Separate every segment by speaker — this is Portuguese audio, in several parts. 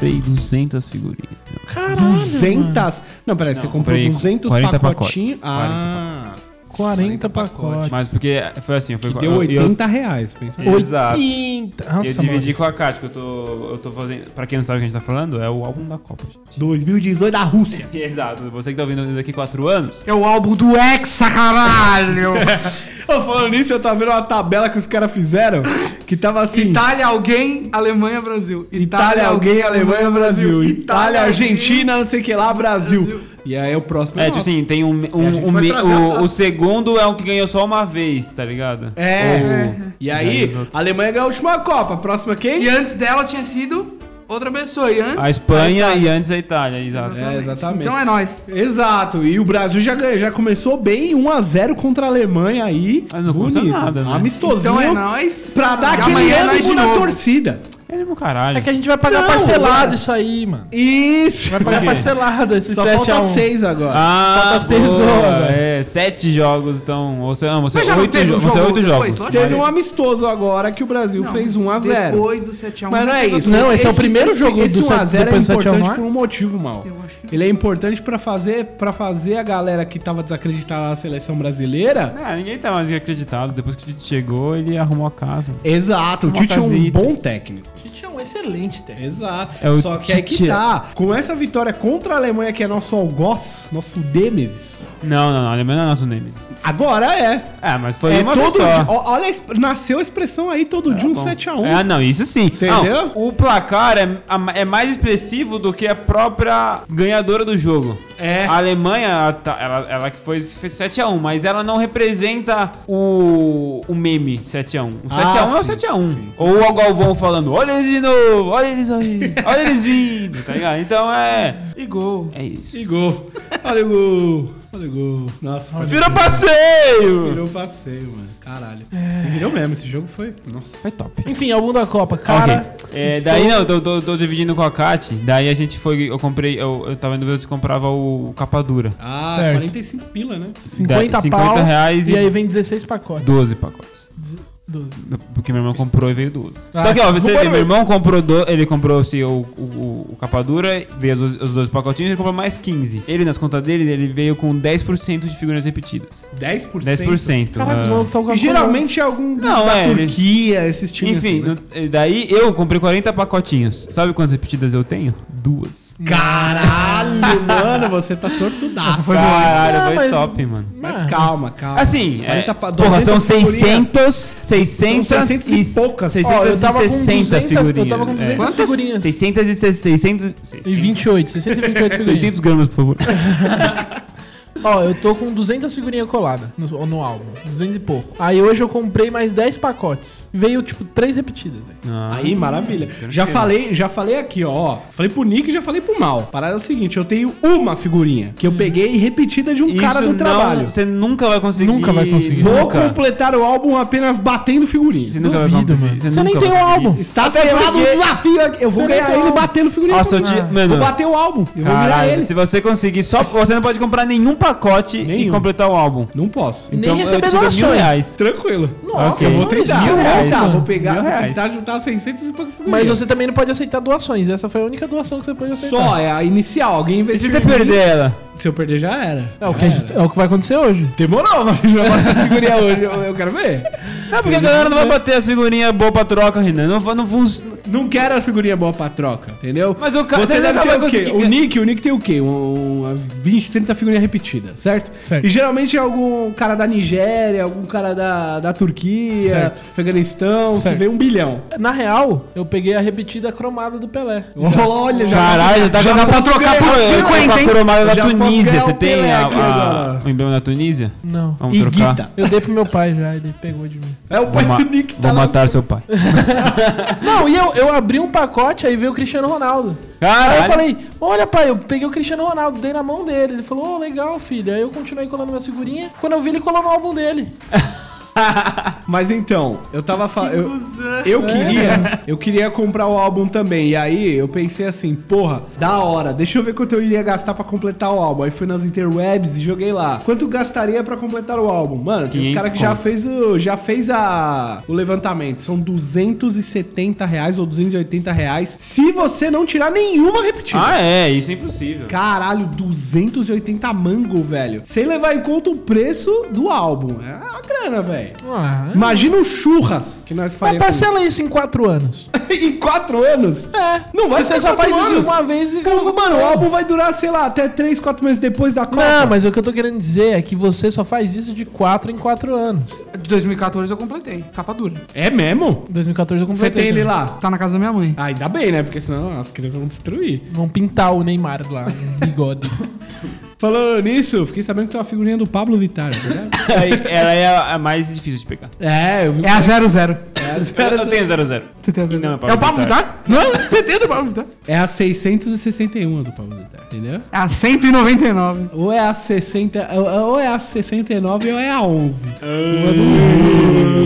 Speaker 1: 200 figurinhas.
Speaker 2: 200? Não, peraí, você comprou
Speaker 1: comprei
Speaker 2: 200
Speaker 1: 40
Speaker 2: pacotinhos?
Speaker 1: pacotes.
Speaker 2: Ah,
Speaker 3: 40
Speaker 2: pacotes.
Speaker 3: pacotes.
Speaker 1: Mas porque foi assim, eu fui
Speaker 2: deu
Speaker 1: eu- eu-
Speaker 2: 80 reais, pensa.
Speaker 1: eu- Exato.
Speaker 3: 80. Nossa,
Speaker 1: eu dividi
Speaker 3: mano.
Speaker 1: com a Kátia, que eu tô, eu tô fazendo. Pra quem não sabe o que a gente tá falando, é o álbum da Copa. gente.
Speaker 2: 2018 da Rússia.
Speaker 1: Exato. Você que tá ouvindo daqui 4 anos.
Speaker 3: É o álbum do Hexa, caralho!
Speaker 2: Ô, falando nisso, eu tava vendo uma tabela que os caras fizeram que tava assim.
Speaker 3: Itália, alguém, Alemanha, Brasil.
Speaker 2: Itália, alguém, Alemanha, Brasil. Itália,
Speaker 3: alguém.
Speaker 2: Argentina, não sei o que lá, Brasil. E aí o próximo
Speaker 1: É,
Speaker 2: nosso.
Speaker 1: tipo assim, tem um. um-
Speaker 2: a gente
Speaker 1: um
Speaker 2: vai
Speaker 1: me-
Speaker 2: trazer
Speaker 1: o,
Speaker 2: a-
Speaker 1: o segundo é um que ganhou só uma vez, tá ligado?
Speaker 2: É.
Speaker 4: Uhum.
Speaker 1: Ou-
Speaker 2: E aí,
Speaker 1: os outros.
Speaker 2: a Alemanha ganhou a última Copa. Próxima é quem?
Speaker 4: E antes dela tinha sido outra pessoa. E antes.
Speaker 1: A Espanha e antes a Itália, exato.
Speaker 2: É, exatamente.
Speaker 4: Então é nós.
Speaker 2: Exato, e o Brasil já, ganhou- já começou bem 1x0 contra a Alemanha aí.
Speaker 1: Mas não começou nada, né?
Speaker 2: Amistosinho
Speaker 4: Então é nós.
Speaker 2: pra dar
Speaker 4: E
Speaker 2: aquele
Speaker 4: amanhã é nós de
Speaker 2: ânimo na
Speaker 4: novo.
Speaker 2: torcida.
Speaker 1: É mesmo caralho.
Speaker 3: É que a gente vai pagar
Speaker 2: Não, é.
Speaker 3: parcelado
Speaker 2: cara.
Speaker 3: isso aí, mano.
Speaker 2: Isso!
Speaker 3: Vai pagar
Speaker 1: quê?
Speaker 3: parcelado esse
Speaker 2: Só
Speaker 3: 7 a
Speaker 2: falta
Speaker 3: 1.
Speaker 2: 6 agora.
Speaker 1: Ah,
Speaker 3: Falta tá seis
Speaker 1: boa,
Speaker 3: gols, velho.
Speaker 1: É, sete jogos, então. Ou seja, não, você,
Speaker 4: Mas já não
Speaker 1: oito,
Speaker 4: teve
Speaker 1: jo
Speaker 4: um
Speaker 1: você é
Speaker 4: jogo
Speaker 1: oito
Speaker 4: depois,
Speaker 1: jogos.
Speaker 4: lógico.
Speaker 2: Teve um amistoso agora que o Brasil
Speaker 4: Não,
Speaker 2: fez 1x0.
Speaker 4: Depois do 7x1.
Speaker 2: Mas não é isso.
Speaker 3: Não, esse é o primeiro
Speaker 2: esse-
Speaker 3: jogo
Speaker 2: esse
Speaker 3: do
Speaker 2: 1x0 é
Speaker 3: depois do 7 a 1
Speaker 2: importante
Speaker 3: ar?
Speaker 2: por um motivo, mal.
Speaker 4: Eu acho que-
Speaker 2: Ele é importante pra fazer, pra fazer a galera que tava desacreditada na seleção brasileira.
Speaker 1: Ah, ninguém tá mais acreditado. Depois que o Tite chegou, ele arrumou a casa.
Speaker 2: Exato, o
Speaker 1: Uma
Speaker 2: Tite é um
Speaker 1: casita.
Speaker 2: bom técnico.
Speaker 3: Tite é um excelente técnico.
Speaker 2: Exato.
Speaker 1: É o
Speaker 2: Só que aí que
Speaker 1: Tite.
Speaker 2: tá. Com essa vitória contra a Alemanha, que é nosso algoz, nosso Dêmesis,
Speaker 1: Não, não, não. A Alemanha não é nosso Nemesis.
Speaker 2: agora é.
Speaker 1: É, mas foi
Speaker 2: é
Speaker 1: uma
Speaker 2: todo
Speaker 1: vez só.
Speaker 2: dia- ó- Olha, a exp- nasceu a expressão aí todo dia um
Speaker 1: Bom.
Speaker 2: 7x1.
Speaker 1: Ah, não, isso sim.
Speaker 2: Entendeu?
Speaker 1: Não, o placar é, a- é mais expressivo do que a própria ganhadora do jogo.
Speaker 2: É.
Speaker 1: A Alemanha, ela, tá- ela, ela que foi, fez 7x1, mas ela não representa o, o meme 7x1. O 7x1 é o
Speaker 2: Ah, sim,
Speaker 1: 7x1. Ou o Galvão falando, olha eles de novo, olha eles aí, olha eles vindo, tá ligado? Então é...
Speaker 4: E gol.
Speaker 1: É isso.
Speaker 2: E gol. Olha o gol. Olha o gol. Nossa, pode-
Speaker 1: Virou passeio! É.
Speaker 2: virou passeio, mano. Caralho. Virou mesmo, esse jogo foi. Nossa.
Speaker 1: Foi top.
Speaker 3: Enfim, álbum da Copa, cara.
Speaker 1: Ok. É, daí não, tô, tô, tô dividindo com a Kat. Daí a gente foi. Eu comprei. Eu, eu tava em dúvida se comprava o capa dura.
Speaker 2: Ah,
Speaker 3: Certo.
Speaker 2: 45 pila, né?
Speaker 3: 50,
Speaker 1: Da- 50
Speaker 3: pau,
Speaker 1: reais
Speaker 3: e...
Speaker 1: e-
Speaker 3: aí vem 16 pacotes.
Speaker 1: 12 pacotes.
Speaker 3: Doze.
Speaker 1: Porque meu irmão comprou e veio 12.
Speaker 3: Ah,
Speaker 1: Só que, ó, você
Speaker 3: comprou
Speaker 1: vê, meu
Speaker 3: mesmo.
Speaker 1: irmão comprou. do- ele comprou assim, o, o, o capa dura, veio os, os 12 pacotinhos e ele comprou mais 15. Ele, nas contas dele, ele veio com 10% de figurinhas repetidas.
Speaker 2: 10%.
Speaker 1: 10%.
Speaker 3: Caralho,
Speaker 1: ah.
Speaker 3: os malucos tão com a
Speaker 2: E Geralmente é algum
Speaker 1: Não,
Speaker 2: da
Speaker 1: é, ele-
Speaker 2: Turquia, esses times.
Speaker 1: Enfim,
Speaker 2: assim, né?
Speaker 1: no- daí eu comprei 40 pacotinhos. Sabe quantas repetidas eu tenho? Duas.
Speaker 2: Caralho, mano, você tá sortudaço.
Speaker 1: Caralho, foi
Speaker 3: Ah, mas-
Speaker 1: top, mano.
Speaker 2: Mas calma, calma.
Speaker 1: Assim, é,
Speaker 2: 40
Speaker 3: tá
Speaker 2: pa-
Speaker 1: porra, são
Speaker 2: 200 figurinha.
Speaker 1: 600, 600,
Speaker 2: São 600 e poucas.
Speaker 3: Ó, eu tava com
Speaker 1: 660
Speaker 3: 200,
Speaker 1: figurinhas. é. né?
Speaker 3: Eu tava com 200
Speaker 4: Quantas?
Speaker 3: figurinhas.
Speaker 1: 600, 600,
Speaker 3: E 28, 628 figurinhas.
Speaker 1: 600 gramas, por favor.
Speaker 3: Ó, eu tô com 200 figurinhas coladas no, no álbum. 200 e pouco. Aí hoje eu comprei mais 10 pacotes. Veio, tipo, 3 repetidas, velho.
Speaker 2: Aí, maravilha. Já falei, já falei aqui, ó. Falei pro Nick e já falei pro Mal. Parada é o seguinte, eu tenho uma figurinha que eu
Speaker 1: Uhum.
Speaker 2: peguei repetida de um cara do trabalho.
Speaker 1: Você nunca vai conseguir.
Speaker 3: Nunca vai conseguir.
Speaker 2: Vou
Speaker 1: Nunca.
Speaker 2: completar o álbum apenas batendo
Speaker 1: Você
Speaker 2: figurinhas.
Speaker 1: nunca vai
Speaker 3: Duvido,
Speaker 1: conseguir.
Speaker 3: mano. Você nem
Speaker 1: nunca
Speaker 3: tem
Speaker 1: vai
Speaker 3: o
Speaker 1: conseguir.
Speaker 3: álbum.
Speaker 2: Está
Speaker 1: Até
Speaker 2: selado um
Speaker 1: porque-
Speaker 2: desafio aqui. Eu vou
Speaker 3: Você nem
Speaker 2: ganhar
Speaker 3: tem
Speaker 2: ele
Speaker 3: álbum.
Speaker 2: batendo figurinha.
Speaker 1: Nossa, eu te... Mano,
Speaker 2: Vou bater o álbum. Eu vou virar
Speaker 1: caralho,
Speaker 2: ele.
Speaker 1: se você conseguir só... Você não pode comprar nenhum pacote
Speaker 2: Nenhum.
Speaker 1: e completar o álbum. Então,
Speaker 2: Não posso.
Speaker 3: Nem
Speaker 1: eu
Speaker 3: receber
Speaker 1: te dou mil
Speaker 3: doações.
Speaker 1: reais.
Speaker 2: Tranquilo.
Speaker 3: Nossa,
Speaker 1: Ok.
Speaker 2: Eu vou
Speaker 3: mano,
Speaker 2: tentar.
Speaker 3: mil
Speaker 2: Vou
Speaker 3: reais,
Speaker 2: tentar.
Speaker 3: mano.
Speaker 2: Vou pegar,
Speaker 1: Mil
Speaker 2: vou
Speaker 1: reais.
Speaker 2: tentar juntar 600 e poucas figurinhas.
Speaker 3: Mas você também não pode aceitar doações. Essa foi a única doação que você pode aceitar.
Speaker 2: Só, é a inicial. Alguém
Speaker 1: E se
Speaker 2: investiu
Speaker 1: você
Speaker 2: em mim?
Speaker 1: perder ela?
Speaker 2: Se eu perder, já era.
Speaker 3: É o, que a gente- é o que vai acontecer hoje.
Speaker 2: Demorou, mas a gente vai botar segurinha hoje. Eu, eu quero ver.
Speaker 1: Não, porque a galera não vai bater as figurinhas boas pra troca, Renan. Não, vai- não, funciona.
Speaker 2: Não quero as figurinhas boas pra troca, entendeu?
Speaker 1: Mas o cara-
Speaker 2: Você
Speaker 1: você
Speaker 2: deve
Speaker 1: nunca
Speaker 2: ter o
Speaker 1: vai
Speaker 2: quê?
Speaker 1: conseguir-
Speaker 2: O Nick, o Nick tem o quê? Um- Umas 20, 30 figurinhas repetidas, certo?
Speaker 3: Certo.
Speaker 2: E geralmente é algum cara da Nigéria, algum cara da, da Turquia,
Speaker 3: Certo.
Speaker 2: Afeganistão, que
Speaker 3: Certo.
Speaker 2: vem um bilhão.
Speaker 3: Na real, eu peguei a repetida cromada do Pelé.
Speaker 2: Olha,
Speaker 1: Caralho, tá jogando pra
Speaker 2: posso
Speaker 1: trocar
Speaker 2: ganhar
Speaker 1: por
Speaker 2: 50,
Speaker 1: a
Speaker 2: hein?
Speaker 1: cromada da
Speaker 2: Já posso
Speaker 1: Tunísia.
Speaker 2: ganhar
Speaker 1: Você
Speaker 2: o
Speaker 1: tem
Speaker 2: Pelé
Speaker 1: a-
Speaker 2: aqui
Speaker 1: a-
Speaker 2: agora.
Speaker 1: o emblema da Tunísia?
Speaker 3: Não.
Speaker 1: Vamos
Speaker 2: E
Speaker 1: trocar.
Speaker 2: Guita.
Speaker 3: Eu dei pro meu pai já, ele pegou de mim.
Speaker 2: É o
Speaker 1: Vou,
Speaker 2: pai
Speaker 1: ma-
Speaker 2: do Nick que
Speaker 1: vou
Speaker 2: lá
Speaker 1: matar seu pai.
Speaker 3: Não, e eu, eu abri um pacote, aí veio o Cristiano Ronaldo. Aí eu
Speaker 1: Caralho.
Speaker 3: falei, olha pai, eu peguei o Cristiano Ronaldo, dei na mão dele. Ele falou, ô, legal, filho. Aí eu continuei colando minha figurinha. Quando eu vi, ele colou no álbum dele.
Speaker 2: Mas então, eu tava falando.
Speaker 4: Cusão.
Speaker 2: Eu queria, eu queria comprar o álbum também. E aí eu pensei assim, porra, da hora, deixa eu ver quanto eu iria gastar pra completar o álbum. Aí fui nas interwebs e joguei lá. Quanto gastaria pra completar o álbum? Mano, tem uns
Speaker 1: 500
Speaker 2: caras que já
Speaker 1: conto.
Speaker 2: fez o já fez a o levantamento. São 270 reais ou 280 reais se você não tirar nenhuma repetida.
Speaker 1: Ah, é, isso é impossível.
Speaker 2: Caralho, 280 mango, velho. Sem levar em conta o preço do álbum. É uma grana, velho.
Speaker 3: Ah, é.
Speaker 2: Imagina o churras que nós
Speaker 3: Mas
Speaker 2: faríamos.
Speaker 3: parcela isso em quatro anos.
Speaker 2: em quatro anos?
Speaker 3: É.
Speaker 2: Não vai
Speaker 3: Você
Speaker 2: ter
Speaker 3: só
Speaker 2: quatro
Speaker 3: faz isso
Speaker 2: anos.
Speaker 3: uma vez e...
Speaker 2: Caramba, mano, o álbum vai durar, sei lá, até três, quatro meses depois da Copa.
Speaker 3: Não, mas o que eu tô querendo dizer é que você só faz isso de 4 em 4 anos.
Speaker 4: De 2014 eu completei. Capa dura.
Speaker 2: É mesmo?
Speaker 3: Em 2014 eu
Speaker 2: Você
Speaker 3: completei.
Speaker 2: tem ele
Speaker 3: também.
Speaker 2: lá?
Speaker 4: Tá na casa da minha mãe.
Speaker 2: Ah, ainda bem, né? Porque senão as crianças vão destruir.
Speaker 3: Vão pintar o Neymar lá, um bigode.
Speaker 2: Falando nisso, fiquei sabendo que tem uma figurinha do Pablo Vittar, tá ligado?
Speaker 1: Aí, Ela é a- a mais difícil de pegar.
Speaker 2: é, eu vi.
Speaker 3: assim,
Speaker 4: É a 00.
Speaker 1: Eu, eu tenho 00.
Speaker 4: Você tem a 00?
Speaker 1: Não, é
Speaker 4: é o Pablo Vittar? Não, você tem do Pablo Vittar?
Speaker 2: É a 661 do Pablo Vittar, entendeu?
Speaker 4: É a 199.
Speaker 2: Ou é a 60, ou ou é a 69 ou é a 11.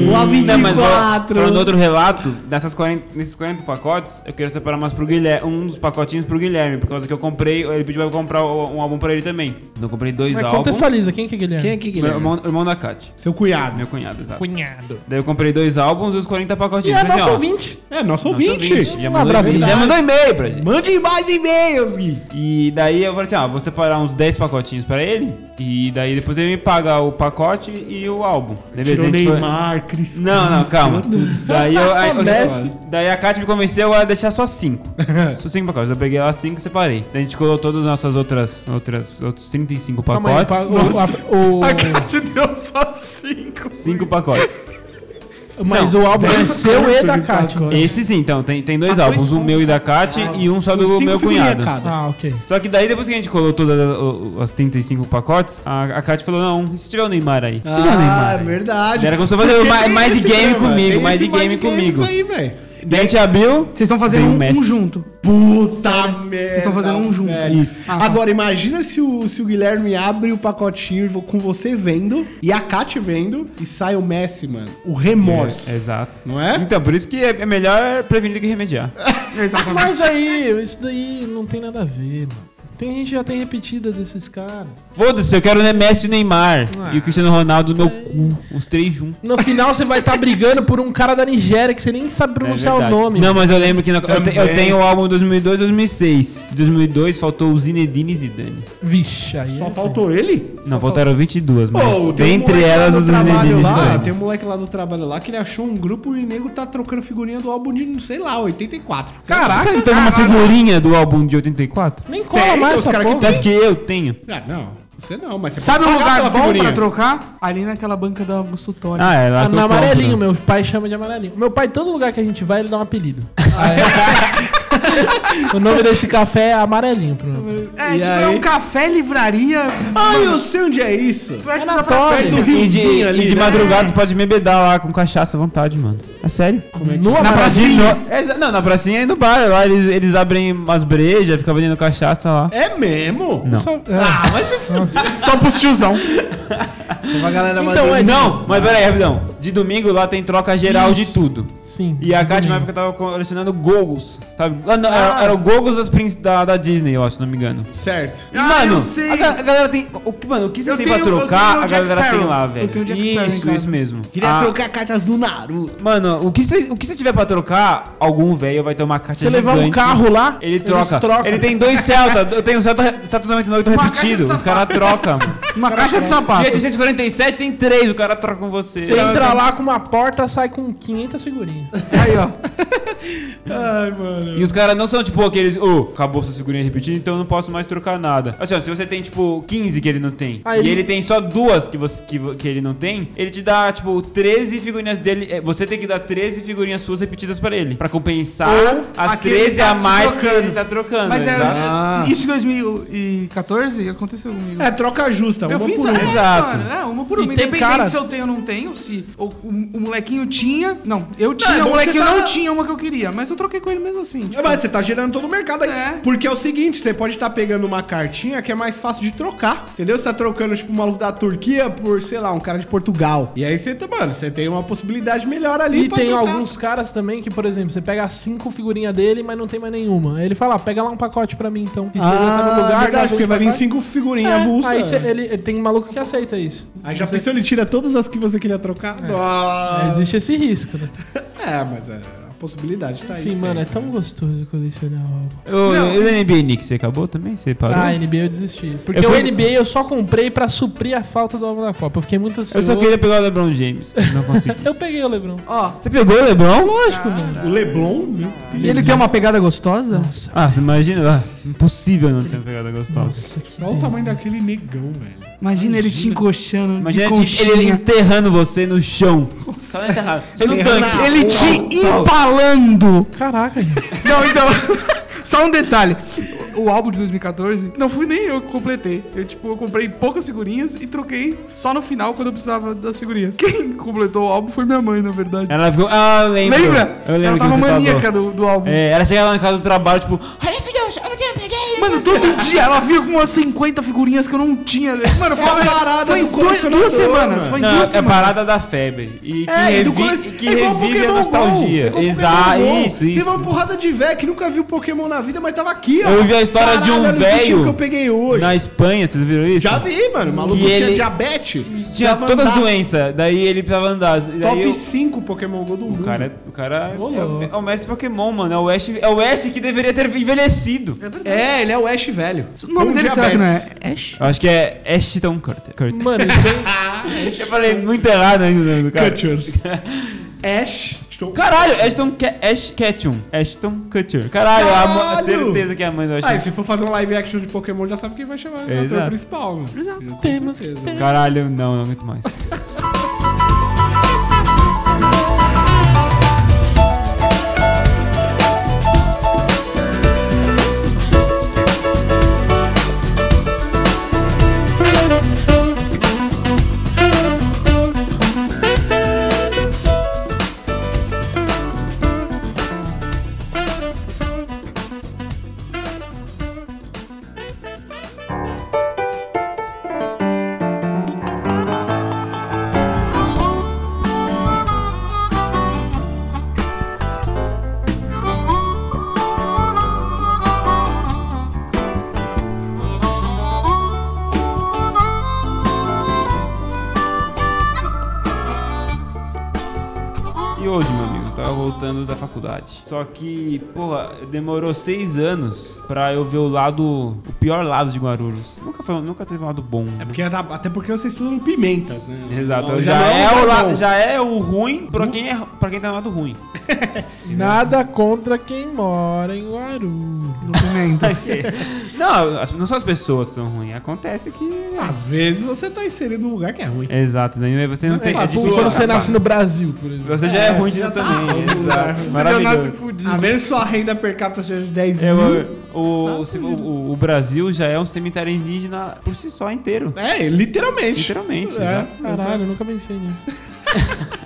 Speaker 2: Uma
Speaker 1: Não, mas fala-
Speaker 2: 24.
Speaker 1: falando outro relato, dessas 40, nesses 40 pacotes, eu quero separar umas pro Guilherme, um dos pacotinhos pro Guilherme, por causa que eu comprei, ele pediu pra eu comprar um álbum pra ele também. Então eu comprei dois
Speaker 3: Mas
Speaker 1: álbuns.
Speaker 3: contextualiza, quem que é Guilherme?
Speaker 2: Quem é que é
Speaker 1: Meu
Speaker 2: Guilherme?
Speaker 1: irmão, irmão da Kat,
Speaker 2: Seu cunhado. né?
Speaker 1: meu cunhado, exato.
Speaker 3: Cunhado.
Speaker 1: Daí eu comprei dois álbuns e os 40
Speaker 3: E
Speaker 1: pacotinhos.
Speaker 3: é
Speaker 1: Falei assim,
Speaker 3: nosso
Speaker 1: ó,
Speaker 3: ouvinte.
Speaker 2: É, nosso
Speaker 1: nosso
Speaker 2: ouvinte.
Speaker 1: Já
Speaker 3: Um
Speaker 1: mandou,
Speaker 3: abraço,
Speaker 1: e-mail, já
Speaker 3: Guilherme.
Speaker 1: mandou e-mail pra gente.
Speaker 2: Mande mais e-mails, Gui.
Speaker 1: E daí eu falei assim, ah, você parar uns 10 pacotinhos pra ele, e daí depois ele me paga o pacote e o álbum. Beleza, a gente foi-
Speaker 2: Cris.
Speaker 1: Não, não, calma. Daí, eu, aí, eu-
Speaker 2: Messi.
Speaker 1: daí a Kátia me convenceu a deixar só cinco. só cinco pacotes. Eu peguei lá cinco e separei. Daí a gente colou todas as nossas outras, outras outros 35
Speaker 3: Calma aí,
Speaker 1: pacotes.
Speaker 3: pa- o- a- o-
Speaker 4: A Kátia deu só 5.
Speaker 1: Cinco pacotes.
Speaker 3: Mas o álbum é seu e da Kátia. né?
Speaker 1: Esse sim, então, tem, tem dois
Speaker 4: Ah,
Speaker 1: álbuns,
Speaker 4: dois
Speaker 1: um meu e da Kat e um só do
Speaker 2: Cinco
Speaker 1: meu
Speaker 2: figurinha
Speaker 1: cunhado.
Speaker 2: cada.
Speaker 3: Ah, ok.
Speaker 1: Só que daí depois que a gente colou todas o- o- as 35 pacotes, a, a Kat falou, não, e se tiver o Neymar aí? Se tiver o
Speaker 2: Ah,
Speaker 1: Neymar
Speaker 2: é
Speaker 1: aí?
Speaker 2: verdade.
Speaker 1: Daí Ela começou a fazer
Speaker 2: Tem
Speaker 1: mi- mind
Speaker 2: esse
Speaker 1: game
Speaker 2: programa,
Speaker 1: comigo,
Speaker 2: tem
Speaker 1: mind
Speaker 2: esse
Speaker 1: game comigo.
Speaker 2: Isso aí, velho.
Speaker 1: Ah, Daí a gente abriu...
Speaker 4: Vocês estão fazendo
Speaker 1: Tem o
Speaker 4: um,
Speaker 1: Messi.
Speaker 4: um junto.
Speaker 2: Puta merda.
Speaker 4: Vocês estão fazendo um junto.
Speaker 2: velho.
Speaker 1: Isso.
Speaker 4: Ah, tá.
Speaker 2: Agora, imagina se o, se o Guilherme abre o pacotinho vo- com você vendo e a Kat vendo e sai o Messi, mano. O remorso.
Speaker 1: É, exato.
Speaker 2: Não é?
Speaker 1: Então, por isso que é é melhor prevenir do que remediar.
Speaker 4: Exatamente.
Speaker 3: Mas aí, isso daí não tem nada a ver, mano. Tem gente que já tem repetida desses caras.
Speaker 1: Foda-se, eu quero o Messi e o Neymar. e o Cristiano Ronaldo no meu cu. Os três juntos.
Speaker 3: No final você vai estar brigando por um cara da Nigéria que você nem
Speaker 2: É
Speaker 3: sabe pronunciar o
Speaker 1: É verdade.
Speaker 3: nome.
Speaker 1: Não, mas eu lembro que na- eu, te- eu
Speaker 4: Também.
Speaker 1: tenho o álbum 2002 2006. Em 2002 faltou o Zinedine Zidane.
Speaker 3: Vixe, aí.
Speaker 2: Só
Speaker 3: é-
Speaker 2: faltou ele?
Speaker 1: Não, faltaram 22, mas
Speaker 2: Pô, tem um
Speaker 1: dentre
Speaker 2: moleque lá
Speaker 1: elas
Speaker 2: do
Speaker 1: o
Speaker 2: trabalho
Speaker 1: Zinedine
Speaker 2: lá,
Speaker 1: Zidane.
Speaker 2: Tem um moleque lá do trabalho lá que ele achou um grupo e o nego tá trocando figurinha do álbum de, sei lá, 84. Sei lá.
Speaker 1: Será que tem uma figurinha do álbum de 84?
Speaker 3: Nem cola
Speaker 2: Tem,
Speaker 3: mais
Speaker 2: os
Speaker 3: essa
Speaker 2: cara que tá
Speaker 3: porra.
Speaker 1: Você acha que eu tenho?
Speaker 2: Ah, não. Você não, mas você
Speaker 4: Sabe um
Speaker 2: pode pagar
Speaker 4: lugar
Speaker 2: pela
Speaker 4: bom
Speaker 2: figurinha.
Speaker 4: pra trocar? Ali naquela banca da Augusto Tório.
Speaker 1: Ah, é lá
Speaker 3: Ah,
Speaker 1: que eu
Speaker 3: no
Speaker 1: compro.
Speaker 3: amarelinho, meu pai chama de amarelinho. Meu pai, todo lugar que a gente vai, ele dá um apelido.
Speaker 1: Ah,
Speaker 3: o nome desse café é amarelinho. Pro meu pai.
Speaker 4: é,
Speaker 2: e
Speaker 4: tipo,
Speaker 2: aí?
Speaker 4: é um café livraria
Speaker 2: Ah, eu sei onde é isso.
Speaker 4: perto
Speaker 3: na
Speaker 4: da
Speaker 3: Tório.
Speaker 4: praça.
Speaker 2: Faz um
Speaker 1: E de,
Speaker 2: riozinho
Speaker 1: e
Speaker 2: ali,
Speaker 1: de
Speaker 2: né?
Speaker 1: madrugada você pode me bedar lá com cachaça à vontade, mano. É sério?
Speaker 3: No
Speaker 4: Na
Speaker 3: amarelinho.
Speaker 4: pracinha.
Speaker 1: É, exa- não, na pracinha e no bar. Lá eles, eles abrem umas brejas, fica vendendo cachaça lá.
Speaker 2: É mesmo?
Speaker 1: Não.
Speaker 3: Só- é.
Speaker 2: Ah, mas você
Speaker 4: Só pros tiozão.
Speaker 2: Uma galera
Speaker 3: Então,
Speaker 2: mais-
Speaker 3: é disso.
Speaker 1: Não, mas peraí, rapidão. De domingo lá tem troca geral de
Speaker 3: Isso.
Speaker 1: tudo.
Speaker 3: Sim.
Speaker 1: E a Kat,
Speaker 3: Domingo.
Speaker 1: na época, tava colecionando Gogos, sabe? Ah, não, era, era o Gogos das prin- da, da Disney, eu acho, se não me engano.
Speaker 2: Certo.
Speaker 1: E,
Speaker 4: Ah,
Speaker 1: mano,
Speaker 4: eu sei.
Speaker 1: A, ga- a galera tem... O, que- mano, o que você
Speaker 4: Eu
Speaker 1: tem pra
Speaker 4: tenho- eu
Speaker 1: trocar,
Speaker 4: tenho o
Speaker 1: a
Speaker 4: Jack
Speaker 1: galera tem
Speaker 4: Sparrow.
Speaker 1: lá, velho.
Speaker 4: Eu tenho o Jack
Speaker 1: isso,
Speaker 4: Sparrow em casa.
Speaker 1: isso mesmo.
Speaker 2: Queria
Speaker 1: Ah,
Speaker 2: trocar cartas do Naruto.
Speaker 1: Mano, o que, você, o que você tiver pra trocar, algum velho vai ter uma caixa
Speaker 3: Você levar um
Speaker 1: gigante.
Speaker 3: carro lá,
Speaker 1: Ele
Speaker 3: eles
Speaker 1: troca.
Speaker 3: trocam.
Speaker 1: Ele tem dois Celta. Eu tenho um Celta, Celta 98
Speaker 4: Uma
Speaker 1: repetido.
Speaker 4: caixa de
Speaker 1: Os caras trocam, mano.
Speaker 4: Uma caixa de
Speaker 1: Dia
Speaker 4: sapato.
Speaker 1: 847 tem três, o cara troca com você.
Speaker 3: Você entra lá com uma porta, sai com 500 figurinhas.
Speaker 4: Aí, ó.
Speaker 2: Ai, mano.
Speaker 1: E os caras não são tipo aqueles, ô, acabou sua figurinha repetida, então eu não posso mais trocar nada. Assim, ó, se você tem tipo 15 que ele não tem,
Speaker 3: Ah,
Speaker 1: e
Speaker 3: ele-
Speaker 1: ele... tem só duas que, você, que, vo- que ele não tem, ele te dá tipo 13 figurinhas dele. é, Você tem que dar 13 figurinhas suas repetidas pra ele, Pra compensar
Speaker 4: Ou
Speaker 1: as
Speaker 4: aquele
Speaker 1: 13
Speaker 4: tá
Speaker 1: a
Speaker 4: te
Speaker 1: mais que
Speaker 4: trocando.
Speaker 1: ele tá trocando.
Speaker 4: Mas é,
Speaker 1: exato.
Speaker 2: Ah.
Speaker 4: isso em 2014 aconteceu comigo.
Speaker 2: É troca justa.
Speaker 4: Eu
Speaker 2: uma
Speaker 4: fiz
Speaker 2: por um.
Speaker 4: é,
Speaker 2: uma.
Speaker 1: Exato.
Speaker 4: mano, é, uma por
Speaker 3: E
Speaker 4: uma.
Speaker 3: tem
Speaker 4: Independente
Speaker 3: cara-
Speaker 4: se eu tenho ou não tenho, se o, o- o molequinho tinha. Não, eu tinha. tinha,
Speaker 2: é bom
Speaker 4: o moleque
Speaker 2: você tá-
Speaker 4: não tinha uma que eu queria, mas eu troquei com ele mesmo assim.
Speaker 2: É,
Speaker 4: Tipo,
Speaker 2: Mas você tá gerando todo o mercado aí.
Speaker 4: É.
Speaker 2: Porque é o seguinte, você pode estar pegando uma cartinha que é mais fácil de trocar. Entendeu? Você tá trocando, tipo, um maluco da Turquia por, sei lá, um cara de Portugal. E aí você, tá- mano, você tem uma possibilidade melhor
Speaker 1: É
Speaker 2: ali.
Speaker 3: E
Speaker 2: pra
Speaker 3: tem
Speaker 2: trocar.
Speaker 3: alguns caras também que, por exemplo, você pega as cinco figurinhas dele, mas não tem mais nenhuma. Aí ele fala, "Ah, pega lá um pacote pra mim, então. E você já tá
Speaker 2: Ah,
Speaker 3: no lugar,
Speaker 2: verdade,
Speaker 3: já vende
Speaker 2: porque vai vir
Speaker 3: pacote.
Speaker 2: cinco figurinhas
Speaker 3: É,
Speaker 2: avulsas.
Speaker 3: Aí você- ele, ele- tem maluco que aceita isso.
Speaker 2: Aí já pensou, ele tira todas as que você queria trocar?
Speaker 3: É.
Speaker 1: Ah.
Speaker 2: Nossa.
Speaker 3: Existe esse risco, né?
Speaker 2: É, mas é, a possibilidade tá aí.
Speaker 3: Enfim,
Speaker 2: sim.
Speaker 3: mano, é tão gostoso colecionar álbum.
Speaker 1: Ô, E o NBA Nick, você acabou também? Você parou?
Speaker 3: Ah, NBA eu desisti. Porque
Speaker 1: Eu fui-
Speaker 3: o NBA eu só comprei pra suprir a falta do álbum da Copa. Eu fiquei muito
Speaker 1: eu
Speaker 3: ansioso.
Speaker 1: só queria pegar o LeBron James. Não Ah. consegui.
Speaker 3: Eu peguei o Lebron.
Speaker 4: Ó,
Speaker 1: você pegou o LeBron?
Speaker 3: Lógico, mano.
Speaker 1: É.
Speaker 2: O Leblon, meu
Speaker 4: e ele tem uma pegada gostosa?
Speaker 1: Ah, você imagina? Ah, impossível não ter pegada gostosa.
Speaker 2: Olha o tamanho daquele negão, velho.
Speaker 4: Imagina ele te encoxando. de
Speaker 1: Imagina ele,
Speaker 4: conchinha.
Speaker 1: ele enterrando você no chão. Só enterrado. Só no tanque.
Speaker 4: Ele te empalando.
Speaker 3: Caraca, gente.
Speaker 4: Não, então. Só um detalhe. O álbum de 2014, não fui nem eu que completei. Eu, tipo, eu comprei poucas figurinhas e troquei só no final quando eu precisava das figurinhas. Quem completou o álbum foi minha mãe, na verdade.
Speaker 1: Ela ficou. Ah, eu lembro.
Speaker 4: Lembra?
Speaker 1: Eu lembro
Speaker 4: Ela
Speaker 1: que
Speaker 4: tava
Speaker 1: você
Speaker 4: maníaca
Speaker 1: falou.
Speaker 4: do, do álbum.
Speaker 1: É, ela chegava lá na casa do trabalho, tipo,
Speaker 5: Olha, filho, olha o que eu peguei.
Speaker 4: Mano, todo dia ela vinha com umas 50 figurinhas que eu não tinha.
Speaker 1: É
Speaker 4: Mano, foi,
Speaker 2: parada
Speaker 4: foi
Speaker 2: do
Speaker 4: em duas,
Speaker 2: colecionador,
Speaker 4: duas semanas.
Speaker 2: mano.
Speaker 4: Foi em
Speaker 1: Não,
Speaker 4: duas
Speaker 1: é a
Speaker 4: semanas.
Speaker 1: parada da febre. E que,
Speaker 2: É, e do
Speaker 1: revi-
Speaker 2: cole-
Speaker 1: e que
Speaker 2: é igual
Speaker 1: revive a
Speaker 2: Pokémon
Speaker 1: nostalgia.
Speaker 2: Go, é igual
Speaker 1: Exato,
Speaker 2: Pokémon Go.
Speaker 1: isso,
Speaker 2: Teve uma
Speaker 1: isso.
Speaker 2: porrada de velho que nunca viu Pokémon na vida, mas tava aqui, ó.
Speaker 1: Eu vi a história de
Speaker 2: Caralho,
Speaker 1: um
Speaker 2: olha o bichinho que eu
Speaker 1: velho
Speaker 2: peguei hoje.
Speaker 1: na Espanha, vocês viram isso?
Speaker 2: Já vi, mano. O maluco
Speaker 1: Que
Speaker 2: tinha
Speaker 1: ele-
Speaker 2: diabetes.
Speaker 1: Tinha
Speaker 2: precisava
Speaker 1: todas as
Speaker 2: andar.
Speaker 1: doenças, daí ele precisava andar. e Daí
Speaker 2: Top
Speaker 1: eu-
Speaker 2: 5 Pokémon Go do mundo.
Speaker 1: O cara, é- o cara é,
Speaker 3: Ô,
Speaker 1: é o-
Speaker 3: louco.
Speaker 1: é o mestre Pokémon, mano. É o Ash, é o Ash que deveria ter envelhecido.
Speaker 2: É, ele é o Ash velho.
Speaker 4: O nome
Speaker 2: Com
Speaker 4: dele será que não
Speaker 1: né?
Speaker 2: diabetes.
Speaker 4: é Ash?
Speaker 1: Eu acho que é Ashton Curtis. Curtis.
Speaker 3: Mano, então ele tem-
Speaker 1: Eu falei muito errado ainda o nome do cara.
Speaker 2: Kutcher. Ash. Estou...
Speaker 1: Caralho, Ashton Ke- Ash Ketchum. Ashton Kutcher. Caralho, a mo-
Speaker 2: Caralho!
Speaker 1: certeza que é a mãe do
Speaker 2: Ah, e
Speaker 1: Ashton.
Speaker 2: se for fazer um live action de Pokémon, já sabe quem vai chamar o ator
Speaker 1: Exato.
Speaker 2: principal, né?
Speaker 4: Exato.
Speaker 3: temos que ter.
Speaker 1: Caralho, não, não aguento mais. E hoje, meu amigo, eu tava voltando da faculdade. Só que, porra, demorou seis anos pra eu ver o lado, o pior lado de Guarulhos. Nunca, foi, nunca teve um lado bom.
Speaker 2: É porque, até porque vocês estudam pimentas, né?
Speaker 1: Exato,
Speaker 2: Não,
Speaker 1: já,
Speaker 2: não
Speaker 1: é
Speaker 2: um
Speaker 1: o
Speaker 2: lugar bom.
Speaker 1: la, já é o ruim pra quem, é, pra quem tá no lado ruim.
Speaker 3: Nada contra quem mora em Guarulhos.
Speaker 4: Documentos.
Speaker 1: não, as- não são as pessoas que são ruins, acontece que.
Speaker 2: Às vezes você tá inserido num lugar que é ruim.
Speaker 1: Exato, daí você não tem.
Speaker 2: é
Speaker 1: é
Speaker 2: fácil,
Speaker 1: difícil
Speaker 3: tipo, Quando você
Speaker 1: escapar.
Speaker 3: nasce no Brasil, por exemplo.
Speaker 1: Você já é,
Speaker 2: É,
Speaker 1: ruim
Speaker 2: você
Speaker 1: de
Speaker 2: já tá
Speaker 1: também,
Speaker 2: ruim,
Speaker 1: exato.
Speaker 2: né?
Speaker 4: Você já nasce
Speaker 1: Maravilhoso.
Speaker 4: fudido.
Speaker 2: A menos sua renda per capita seja de 10 mil.
Speaker 1: É, Eu, o, o, o- o Brasil já é um cemitério indígena por si só inteiro.
Speaker 2: É, literalmente.
Speaker 1: Literalmente,
Speaker 2: É,
Speaker 1: exato.
Speaker 3: Caralho, eu nunca pensei nisso.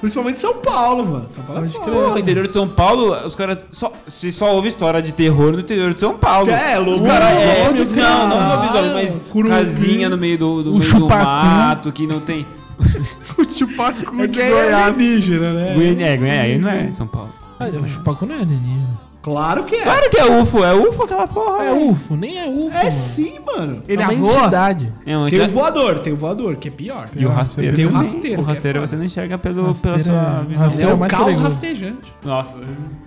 Speaker 2: Principalmente São Paulo, mano. São Paulo é
Speaker 3: Pode
Speaker 2: foda.
Speaker 3: crer.
Speaker 1: Pô, o interior de São Paulo, os caras. Só, se só houve história de terror no interior de São Paulo.
Speaker 2: É,
Speaker 1: os
Speaker 2: lobisomem,
Speaker 1: caras. É,
Speaker 2: caralho.
Speaker 1: não, não lobisomem, mas
Speaker 2: Cururu.
Speaker 1: casinha no meio do, do,
Speaker 3: O
Speaker 1: meio do
Speaker 3: chupacu.
Speaker 1: mato, que não tem.
Speaker 4: o Chupacu
Speaker 2: É
Speaker 4: de
Speaker 2: que é
Speaker 4: Goiás.
Speaker 2: alienígena, né?
Speaker 1: Goiânia, é, Goiânia, aí não é São Paulo.
Speaker 3: Ah, o Chupacu não é alienígena.
Speaker 2: Claro que é.
Speaker 1: Claro que é UFO, é UFO aquela porra.
Speaker 3: É UFO, nem é UFO.
Speaker 2: É
Speaker 3: mano.
Speaker 2: sim, mano.
Speaker 4: Ele
Speaker 3: é uma
Speaker 4: avô?
Speaker 3: entidade.
Speaker 1: É um
Speaker 2: Tem o
Speaker 1: anti-
Speaker 2: voador, tem o voador, que é pior.
Speaker 1: E o rasteiro.
Speaker 2: Tem o
Speaker 1: também.
Speaker 2: rasteiro,
Speaker 1: O
Speaker 2: que é
Speaker 1: rasteiro
Speaker 2: foda.
Speaker 1: você não enxerga pelo,
Speaker 3: Rasteiro
Speaker 1: pela sua
Speaker 3: é-
Speaker 1: visão.
Speaker 3: rasteiro
Speaker 2: É
Speaker 3: é
Speaker 2: o
Speaker 3: mais
Speaker 2: caos
Speaker 3: perigoso.
Speaker 2: rastejante.
Speaker 1: Nossa.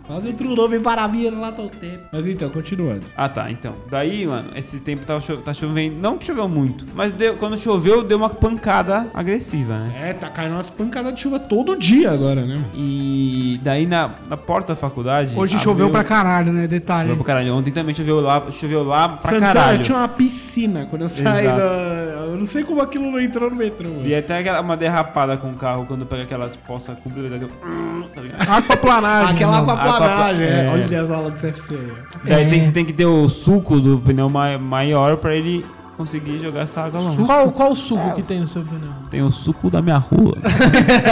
Speaker 2: Quase entra o nome maravilha lá todo tempo. Mas então, continuando.
Speaker 1: Ah tá, então. Daí, mano, esse tempo tá, cho- tá chovendo. Não que choveu muito, mas deu- quando choveu, deu uma pancada agressiva, né?
Speaker 2: É, tá caindo umas pancadas de chuva todo dia agora, né?
Speaker 1: E daí na, na porta da faculdade.
Speaker 4: Hoje choveu pra
Speaker 1: abriu-
Speaker 4: caralho, né? Detalhe.
Speaker 1: Choveu pra caralho. Ontem também choveu lá, choveu lá pra
Speaker 2: Santana
Speaker 1: caralho.
Speaker 2: tinha uma piscina quando eu saí
Speaker 1: Exato.
Speaker 2: da. Eu não sei como aquilo não entrou no metrô. mano.
Speaker 1: E até aquela- uma derrapada com o carro quando pega aquelas poças compridas. Deu... Tá ligado?
Speaker 3: Aquaplanagem.
Speaker 2: Ah, Aquela
Speaker 3: mano.
Speaker 2: aquaplanagem,
Speaker 1: Aquapla-
Speaker 2: é.
Speaker 1: é.
Speaker 2: Olha as aulas do CFC aí.
Speaker 1: Daí
Speaker 3: É.
Speaker 1: tem, você tem que ter o suco do pneu mai- maior pra ele conseguir jogar essa água longe.
Speaker 3: Qual, qual o suco que tem no seu pneu?
Speaker 1: Tem o suco da minha rua.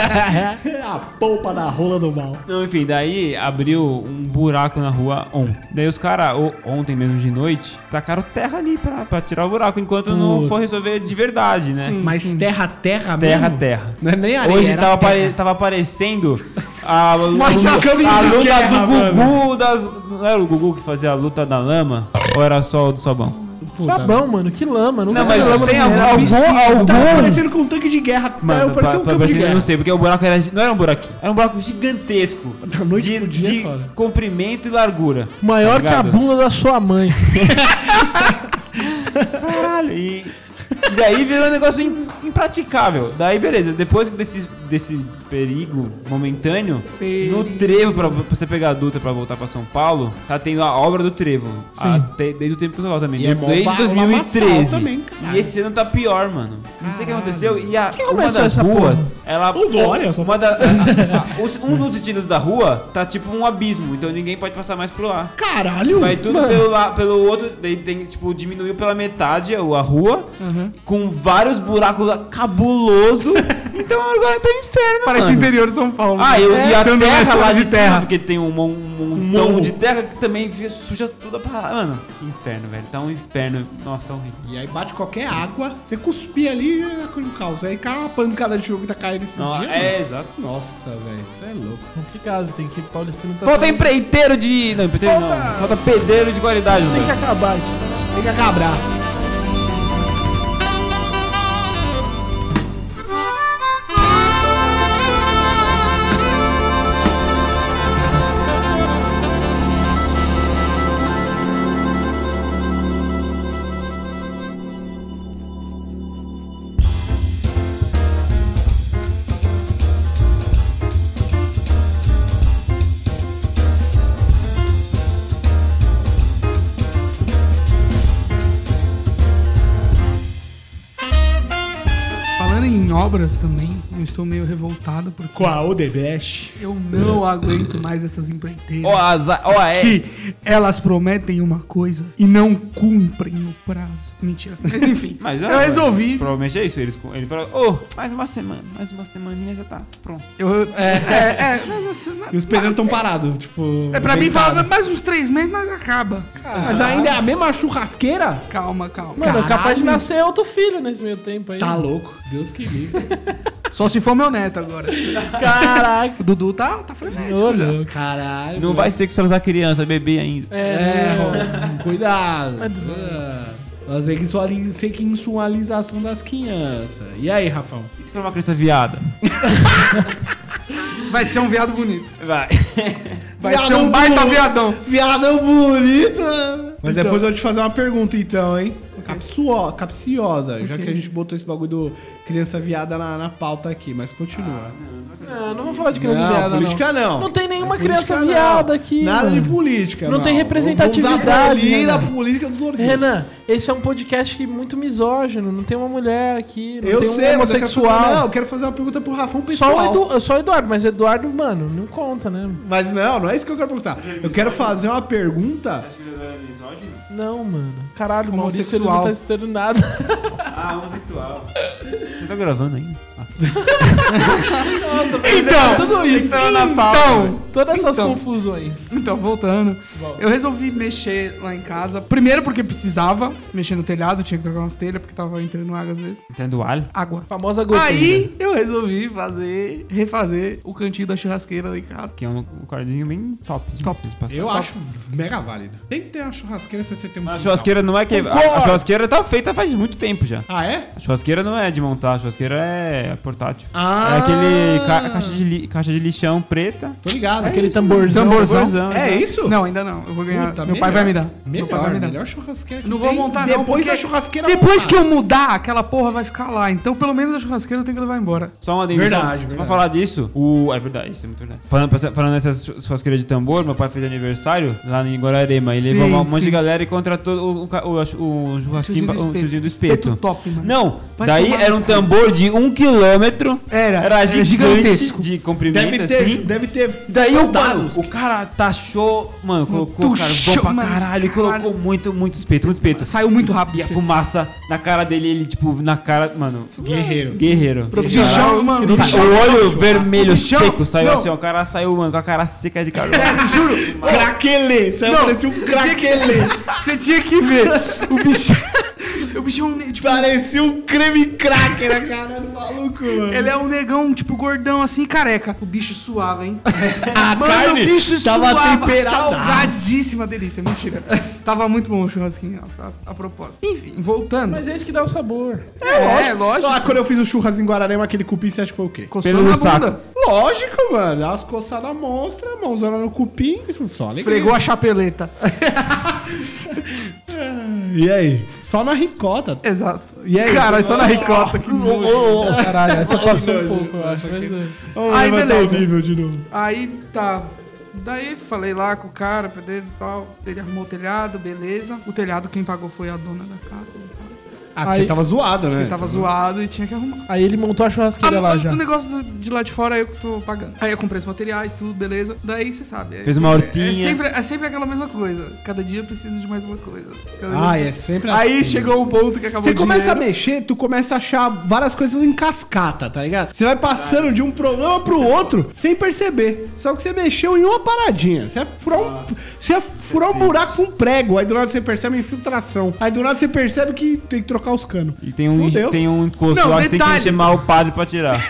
Speaker 2: a polpa da rola do mal.
Speaker 1: Não, enfim, daí abriu um buraco na rua ontem. Daí os caras, ontem mesmo de noite, tacaram terra ali pra, pra tirar o buraco, enquanto não
Speaker 2: Puta.
Speaker 1: for resolver de verdade, né?
Speaker 2: Mas terra, terra mesmo?
Speaker 1: Terra, terra.
Speaker 2: Não é nem areia,
Speaker 1: Hoje
Speaker 2: era
Speaker 1: tava,
Speaker 2: terra.
Speaker 1: apare- tava aparecendo a,
Speaker 2: Uma
Speaker 1: a-
Speaker 2: chacina
Speaker 1: a
Speaker 2: de
Speaker 1: luta
Speaker 2: guerra,
Speaker 1: do Gugu
Speaker 2: mano.
Speaker 1: das. Não era o Gugu que fazia a luta da lama? Ou era só o do sabão?
Speaker 2: Puta,
Speaker 3: Sabão, Tá mano, que lama. Nunca
Speaker 1: Não,
Speaker 3: vi
Speaker 1: mas
Speaker 3: lama
Speaker 1: tem
Speaker 3: no
Speaker 1: algum,
Speaker 3: Mineral.
Speaker 1: algum,
Speaker 2: Tava
Speaker 1: algum
Speaker 2: parecendo com um tanque de guerra.
Speaker 1: Mano,
Speaker 2: Mano, parecia um
Speaker 1: pa-
Speaker 2: campo de
Speaker 1: parecendo- eu
Speaker 2: guerra.
Speaker 1: não sei, porque o buraco era, não era um buraquinho, era um buraco gigantesco.
Speaker 2: Da noite
Speaker 1: de
Speaker 2: pro dia,
Speaker 1: de
Speaker 2: foda.
Speaker 1: comprimento e largura.
Speaker 3: Maior
Speaker 1: tá
Speaker 3: que a
Speaker 1: ligado?
Speaker 3: bunda da sua mãe.
Speaker 1: Caralho, e, e daí virou um negócio im- impraticável. Daí, beleza, depois desse, desse perigo momentâneo, no trevo, pra, pra você pegar a Dutra pra voltar pra São Paulo, tá tendo a obra do trevo. Até- desde o tempo que eu tava também.
Speaker 2: E é
Speaker 1: desde
Speaker 2: mó
Speaker 1: desde
Speaker 2: ba-
Speaker 1: 2013.
Speaker 2: lamaçal também,
Speaker 1: e esse ano tá pior, mano. Não sei o que aconteceu. E a, uma
Speaker 3: começou
Speaker 1: das
Speaker 3: essa porra?
Speaker 1: ruas, ela.
Speaker 2: O Dória, só
Speaker 1: uma da, a- a- os- um dos sentidos da rua tá tipo um abismo, então ninguém pode passar mais pro lá.
Speaker 2: Caralho!
Speaker 1: Vai tudo pelo, la- pelo outro, daí tem, tipo, diminuiu pela metade a rua,
Speaker 4: Uhum.
Speaker 1: com vários buracos lá, cabuloso. então agora tá um inferno,
Speaker 4: Parece
Speaker 1: mano.
Speaker 4: interior de São Paulo.
Speaker 1: Ah, eu, e a
Speaker 4: Você anda na
Speaker 1: terra
Speaker 4: estrada
Speaker 1: lá
Speaker 4: de terra.
Speaker 1: porque tem um, mon- um
Speaker 2: morro.
Speaker 1: montão de terra que também vi- suja toda a parada. Mano, que inferno, velho. Tá um inferno. Nossa, é horrível.
Speaker 2: E aí bate qualquer água, você cuspir ali e já não causa. Aí cai uma pancada de chuva que tá caindo esses
Speaker 1: Não,
Speaker 2: dias.
Speaker 1: é,
Speaker 2: mano.
Speaker 1: exato.
Speaker 2: Nossa, velho, isso é louco.
Speaker 3: Complicado, tem que ir paulistano. Tá
Speaker 1: Falta
Speaker 3: tudo-
Speaker 1: empreiteiro de... Não, empreiteiro não. Falta pedreiro de qualidade,
Speaker 3: Tem que
Speaker 1: mano.
Speaker 3: acabar isso.
Speaker 2: Tem que acabar.
Speaker 4: Falando em obras também, eu estou meio revoltado porque
Speaker 2: Com a Odebrecht.
Speaker 4: eu não aguento mais essas empreiteiras.
Speaker 1: Ó, azar- ó, é.
Speaker 4: que elas prometem uma coisa e não cumprem o prazo. Mentira. Mas enfim,
Speaker 1: Mas
Speaker 4: eu
Speaker 1: ah,
Speaker 4: resolvi.
Speaker 1: Provavelmente é isso. Eles, ele falou, ô, mais uma semana, mais uma semaninha já tá pronto.
Speaker 4: Eu, é, é, é, mas assim,
Speaker 2: E os pedreiros tão parados, tipo.
Speaker 4: é pra mim,
Speaker 2: deitado.
Speaker 4: fala, mais uns três meses, mas acaba.
Speaker 2: Mas ainda é a mesma churrasqueira?
Speaker 4: Calma, calma.
Speaker 3: Mano, é capaz de
Speaker 2: Caralho.
Speaker 3: nascer outro filho nesse meio tempo aí.
Speaker 2: Tá louco. Deus que livre.
Speaker 4: Só se for meu neto agora.
Speaker 3: Caraca.
Speaker 4: O Dudu tá,
Speaker 2: tipo,
Speaker 4: tá frenético.
Speaker 3: Ô,
Speaker 4: já.
Speaker 3: louco.
Speaker 2: Caralho.
Speaker 1: Não vai sexualizar criança, bebê ainda.
Speaker 3: É,
Speaker 2: É,
Speaker 3: é,
Speaker 2: Rô, cuidado.
Speaker 3: Mas-
Speaker 2: Ah, Nós tem que suali- sexualização das crianças. E aí, Rafão?
Speaker 1: E se for uma criança viada?
Speaker 4: Vai ser um viado bonito.
Speaker 1: Vai.
Speaker 4: Vai
Speaker 2: Viadão
Speaker 4: ser um baita
Speaker 2: bonito.
Speaker 4: viadão.
Speaker 2: Viadão bonita! Mas
Speaker 4: Então.
Speaker 2: depois eu vou te fazer uma pergunta, então, hein? Capsuo- capciosa, já que a gente botou esse bagulho do criança viada na, na pauta aqui, mas continua.
Speaker 1: Ah,
Speaker 3: É, Não, não vou falar de criança viada, não.
Speaker 2: política não.
Speaker 3: Não tem nenhuma
Speaker 2: Política
Speaker 3: criança
Speaker 2: não.
Speaker 3: viada aqui.
Speaker 2: Nada
Speaker 3: mano.
Speaker 2: de política.
Speaker 3: Não tem
Speaker 2: Vamos abolir
Speaker 3: representatividade,
Speaker 2: a
Speaker 3: Renan.
Speaker 2: política dos orgulhos.
Speaker 3: Renan, esse é um podcast que é muito misógino. Não tem uma mulher aqui, não
Speaker 2: eu
Speaker 3: tem um
Speaker 2: sei, mas eu quero fazer- Não,
Speaker 3: homossexual.
Speaker 2: eu quero fazer uma pergunta pro Rafão pessoal.
Speaker 3: Só o, Edu, só o Eduardo, mas Eduardo, mano, não conta, né?
Speaker 2: Mas não, não é isso que eu quero perguntar. Eu quero fazer uma pergunta.
Speaker 3: Não, mano. Caralho, o Maurício ele não
Speaker 4: Homossexual.
Speaker 3: tá estudando nada.
Speaker 1: Ah, homossexual. Você tá gravando ainda?
Speaker 4: Então,
Speaker 3: Tudo isso.
Speaker 4: então,
Speaker 3: Todas essas
Speaker 4: Então.
Speaker 3: confusões.
Speaker 4: Então, voltando. Eu resolvi mexer lá em casa. Primeiro porque precisava. Mexer no telhado, tinha que trocar umas telhas, porque tava entrando água às vezes.
Speaker 1: Entendo alho?
Speaker 4: Água.
Speaker 3: Famosa gotinha.
Speaker 4: Aí eu resolvi fazer, refazer o cantinho da churrasqueira lá em casa.
Speaker 1: Que é um um cordinho bem top. de
Speaker 4: Tops.
Speaker 1: vocês passarem.
Speaker 2: Eu acho mega válido. Tem que ter uma churrasqueira se você tem um.
Speaker 1: A
Speaker 2: quintal.
Speaker 1: churrasqueira não é que... A, a churrasqueira tá feita faz muito tempo já.
Speaker 2: Ah, é?
Speaker 1: A churrasqueira não é de montar, a churrasqueira é portátil.
Speaker 2: Ah.
Speaker 1: É aquele ca- caixa, de li- caixa de lixão preta.
Speaker 2: Tô ligado.
Speaker 3: Aquele tamborzão.
Speaker 4: Tamborzão.
Speaker 2: É isso?
Speaker 4: Não, ainda não. Eu vou ganhar.
Speaker 2: Puta,
Speaker 4: meu pai
Speaker 2: melhor.
Speaker 4: vai me dar. meu
Speaker 2: Melhor,
Speaker 4: pai vai me dar.
Speaker 2: melhor churrasqueira. que
Speaker 4: Não vou
Speaker 2: tem.
Speaker 4: montar, não,
Speaker 2: Depois
Speaker 4: porque-
Speaker 2: da churrasqueira.
Speaker 4: Depois que eu mudar, aquela porra vai ficar lá. Então, pelo menos a churrasqueira eu tenho que levar embora.
Speaker 1: Só uma adendo,
Speaker 2: Verdade,
Speaker 1: só-
Speaker 2: verdade.
Speaker 1: Pra falar disso, o... É verdade, isso é muito verdade. Falando, falando nessas churrasqueiras de tambor, meu pai fez aniversário lá em Guararema. Ele
Speaker 4: Sim,
Speaker 1: levou um monte
Speaker 4: sim.
Speaker 1: de galera e contratou o, ca- o, o churrasquinho,
Speaker 4: Tiozinho do
Speaker 1: pra- o
Speaker 4: espeto.
Speaker 1: tiozinho do espeto.
Speaker 4: Espeto top, mano.
Speaker 1: Não,
Speaker 4: Vai
Speaker 1: daí
Speaker 4: tomar
Speaker 1: era
Speaker 4: no
Speaker 1: um
Speaker 4: cu.
Speaker 1: tambor de um quilômetro.
Speaker 4: Era, era
Speaker 1: gigante
Speaker 4: gigantesco.
Speaker 1: de comprimento,
Speaker 2: Deve ter,
Speaker 1: assim.
Speaker 2: deve ter.
Speaker 1: Daí o, mano,
Speaker 2: soldados.
Speaker 1: o cara taxou, mano, colocou o
Speaker 4: Tuxou,
Speaker 1: carvão pra
Speaker 4: mano,
Speaker 1: caralho,
Speaker 4: caralho.
Speaker 1: colocou muito, muito espeto, muito espeto.
Speaker 4: Saiu muito rápido.
Speaker 1: E a fumaça na cara dele, ele, tipo, na cara, mano,
Speaker 2: Guerreiro.
Speaker 1: guerreiro.
Speaker 4: Bichão, mano.
Speaker 1: O
Speaker 4: bichão.
Speaker 1: olho vermelho
Speaker 4: Bichão.
Speaker 1: seco saiu
Speaker 4: Não.
Speaker 1: assim, ó, o cara saiu, mano, com a cara seca de carvão.
Speaker 4: Sério, juro.
Speaker 2: Craquelê. Você
Speaker 4: Não,
Speaker 2: parecia um
Speaker 4: você tinha que-
Speaker 2: craquelê.
Speaker 4: Você tinha que ver. O bichão. O bichão, né, tipo,
Speaker 2: Parecia um creme cracker na É, cara do maluco, mano.
Speaker 4: ele é um negão, tipo, gordão assim, careca. O bicho suava, hein?
Speaker 2: A
Speaker 4: Mano, o bicho
Speaker 2: tava
Speaker 4: suava,
Speaker 2: temperada.
Speaker 4: salgadíssima delícia. Mentira. tava muito bom o churrasquinho, a, a- a propósito. Enfim, voltando.
Speaker 3: Mas é isso que dá o sabor.
Speaker 4: é, é,
Speaker 2: Ah, quando eu fiz o churras em Guararema, aquele cupim, você acha que foi o quê?
Speaker 4: Coçou
Speaker 1: Pelo
Speaker 4: na
Speaker 1: saco.
Speaker 4: bunda.
Speaker 2: Lógico, mano. Dá umas coçadas monstras, mãozona no cupim, isso só alegria.
Speaker 4: Esfregou a chapeleta.
Speaker 2: E aí? Só na ricota. tá?
Speaker 4: Exato.
Speaker 2: E aí?
Speaker 4: Cara, só na ricota. Que nojo.
Speaker 3: Caralho, essa passou um
Speaker 2: meu
Speaker 3: pouco, eu acho. mas, é.
Speaker 2: Vamos
Speaker 4: Aí,
Speaker 2: levantar
Speaker 4: beleza.
Speaker 2: o nível de novo.
Speaker 4: Aí tá. Daí falei lá com o cara, pedreiro e tal. Ele arrumou o telhado, beleza. O telhado quem pagou foi a dona da casa. Ele
Speaker 2: Ah,
Speaker 3: Aí-
Speaker 2: porque tava zoado, né?
Speaker 4: tava zoado e tinha que arrumar.
Speaker 3: Aí ele montou a churrasqueira lá já.
Speaker 4: o negócio do- de lá de fora eu que tô pagando. Aí eu comprei os materiais, tudo, beleza. Daí você sabe. é-
Speaker 1: Fez uma hortinha.
Speaker 4: É sempre, é sempre aquela mesma coisa. Cada dia precisa de mais uma coisa. Cada
Speaker 2: Ah,
Speaker 4: dia-
Speaker 2: é sempre
Speaker 4: Aí
Speaker 2: assim.
Speaker 4: chegou o ponto que acabou
Speaker 2: Você
Speaker 4: o
Speaker 2: começa a
Speaker 4: dinheiro.
Speaker 2: mexer, tu começa a achar várias coisas em cascata, tá ligado? Você vai passando de um problema pro outro sem perceber. Só que você mexeu em uma paradinha. Você ia furar um, você ia furar um buraco com um prego. Aí do nada você percebe a infiltração. Aí do nada você percebe que tem que trocar os canos.
Speaker 1: E tem um,
Speaker 2: Fudeu.
Speaker 1: tem um encosto
Speaker 4: Não,
Speaker 1: lá que tem que
Speaker 4: detalhe.
Speaker 1: chamar o padre pra tirar.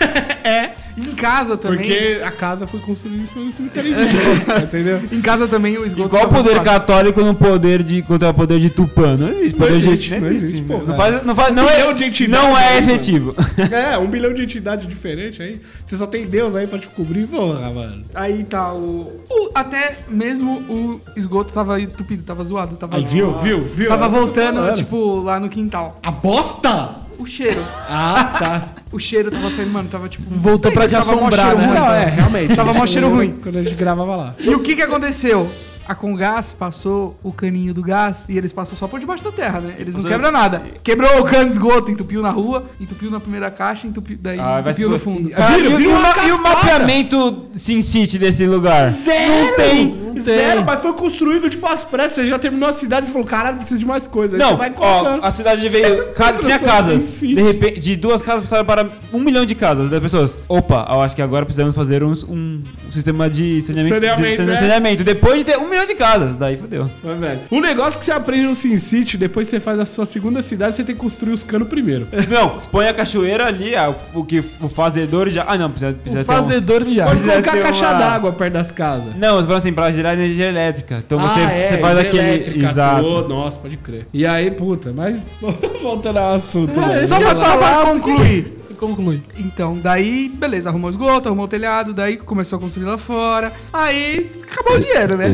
Speaker 4: Em casa também.
Speaker 2: Porque a casa foi construída em cima do cemitério indígena, entendeu?
Speaker 4: Em casa também o esgoto.
Speaker 1: Igual o
Speaker 4: tava
Speaker 1: poder
Speaker 4: zoado.
Speaker 1: católico no poder de contra o poder de Tupã. Não existe. Poder de-
Speaker 2: existe, não existe,
Speaker 1: Não,
Speaker 2: pô,
Speaker 1: faz, não faz, não é,
Speaker 2: milhão de entidades,
Speaker 1: não é
Speaker 2: né, mano?
Speaker 1: efetivo.
Speaker 2: É, um bilhão de entidades diferentes aí. Você só tem Deus aí pra te cobrir, porra, mano.
Speaker 4: Aí tá o, o- Até mesmo o esgoto tava entupido, tava zoado, tava.
Speaker 2: Aí viu, viu, viu?
Speaker 4: Tava voltando,
Speaker 2: Claro.
Speaker 4: tipo, lá no quintal.
Speaker 2: A bosta!
Speaker 4: O cheiro.
Speaker 2: Ah, tá.
Speaker 4: O cheiro tava saindo, mano, tava tipo.
Speaker 3: Voltou pra te
Speaker 4: Tava mó
Speaker 3: assombrar,
Speaker 4: cheiro
Speaker 3: né?
Speaker 4: ruim.
Speaker 2: Não, é, realmente.
Speaker 4: Tava mó cheiro ruim.
Speaker 2: Quando a gente gravava lá.
Speaker 4: E o que que aconteceu? A Congás passou o caninho do gás e eles passam só por debaixo da terra, né? Eles não
Speaker 1: Passou-
Speaker 4: quebram nada. Quebrou o cano de esgoto, entupiu na rua, entupiu na primeira caixa, entupiu, daí
Speaker 1: Ah, vai
Speaker 4: entupiu
Speaker 1: se-
Speaker 4: no fundo.
Speaker 1: Cara,
Speaker 2: Viram,
Speaker 1: e, o-
Speaker 2: viu
Speaker 1: e o
Speaker 2: uma
Speaker 1: ma- e o
Speaker 2: cascata?
Speaker 1: mapeamento Sin City desse lugar? Não tem.
Speaker 3: Não
Speaker 2: Sério,
Speaker 3: tem.
Speaker 2: mas foi construído tipo às pressas. Você já terminou a cidade e falou, caralho, precisa de mais coisa. Aí você
Speaker 1: Não,
Speaker 2: vai
Speaker 1: ó,
Speaker 2: colocando.
Speaker 1: a cidade veio. ca- tinha
Speaker 2: Construção
Speaker 1: casas.
Speaker 2: Sin City.
Speaker 1: De repente, de duas casas passaram para um milhão de casas das pessoas. Opa, eu acho que agora precisamos fazer uns- um, um sistema de saneamento.
Speaker 2: Saneamento,
Speaker 1: de,
Speaker 2: é.
Speaker 1: saneamento. Depois de ter um milhão de casas. Daí fodeu.
Speaker 2: Mas, velho, O negócio que você aprende no Sin City, depois você faz a sua segunda cidade, você tem que construir os canos primeiro.
Speaker 1: Não, põe a cachoeira ali, ah, o que o fazedor já. Ah, não, precisa, precisa
Speaker 3: O
Speaker 1: ter um-
Speaker 3: fazedor de água.
Speaker 2: Pode
Speaker 1: Precisa
Speaker 2: colocar
Speaker 1: ter
Speaker 2: caixa
Speaker 1: uma-
Speaker 2: d'água perto das casas.
Speaker 1: Não, você fala assim, pra gerar energia elétrica. Então você,
Speaker 2: Ah, é,
Speaker 1: você faz aquele.
Speaker 2: hidrelétrica,
Speaker 1: Exato.
Speaker 2: tudo. Nossa, pode crer. E aí, puta, mas voltando ao assunto. né?
Speaker 3: É,
Speaker 2: velho.
Speaker 3: isso que eu ia
Speaker 4: Só
Speaker 3: falar.
Speaker 4: pra concluir.
Speaker 3: Conclui.
Speaker 4: Então, daí, beleza, arrumou o esgoto, arrumou o telhado, daí começou a construir lá fora. Aí, acabou o dinheiro, né?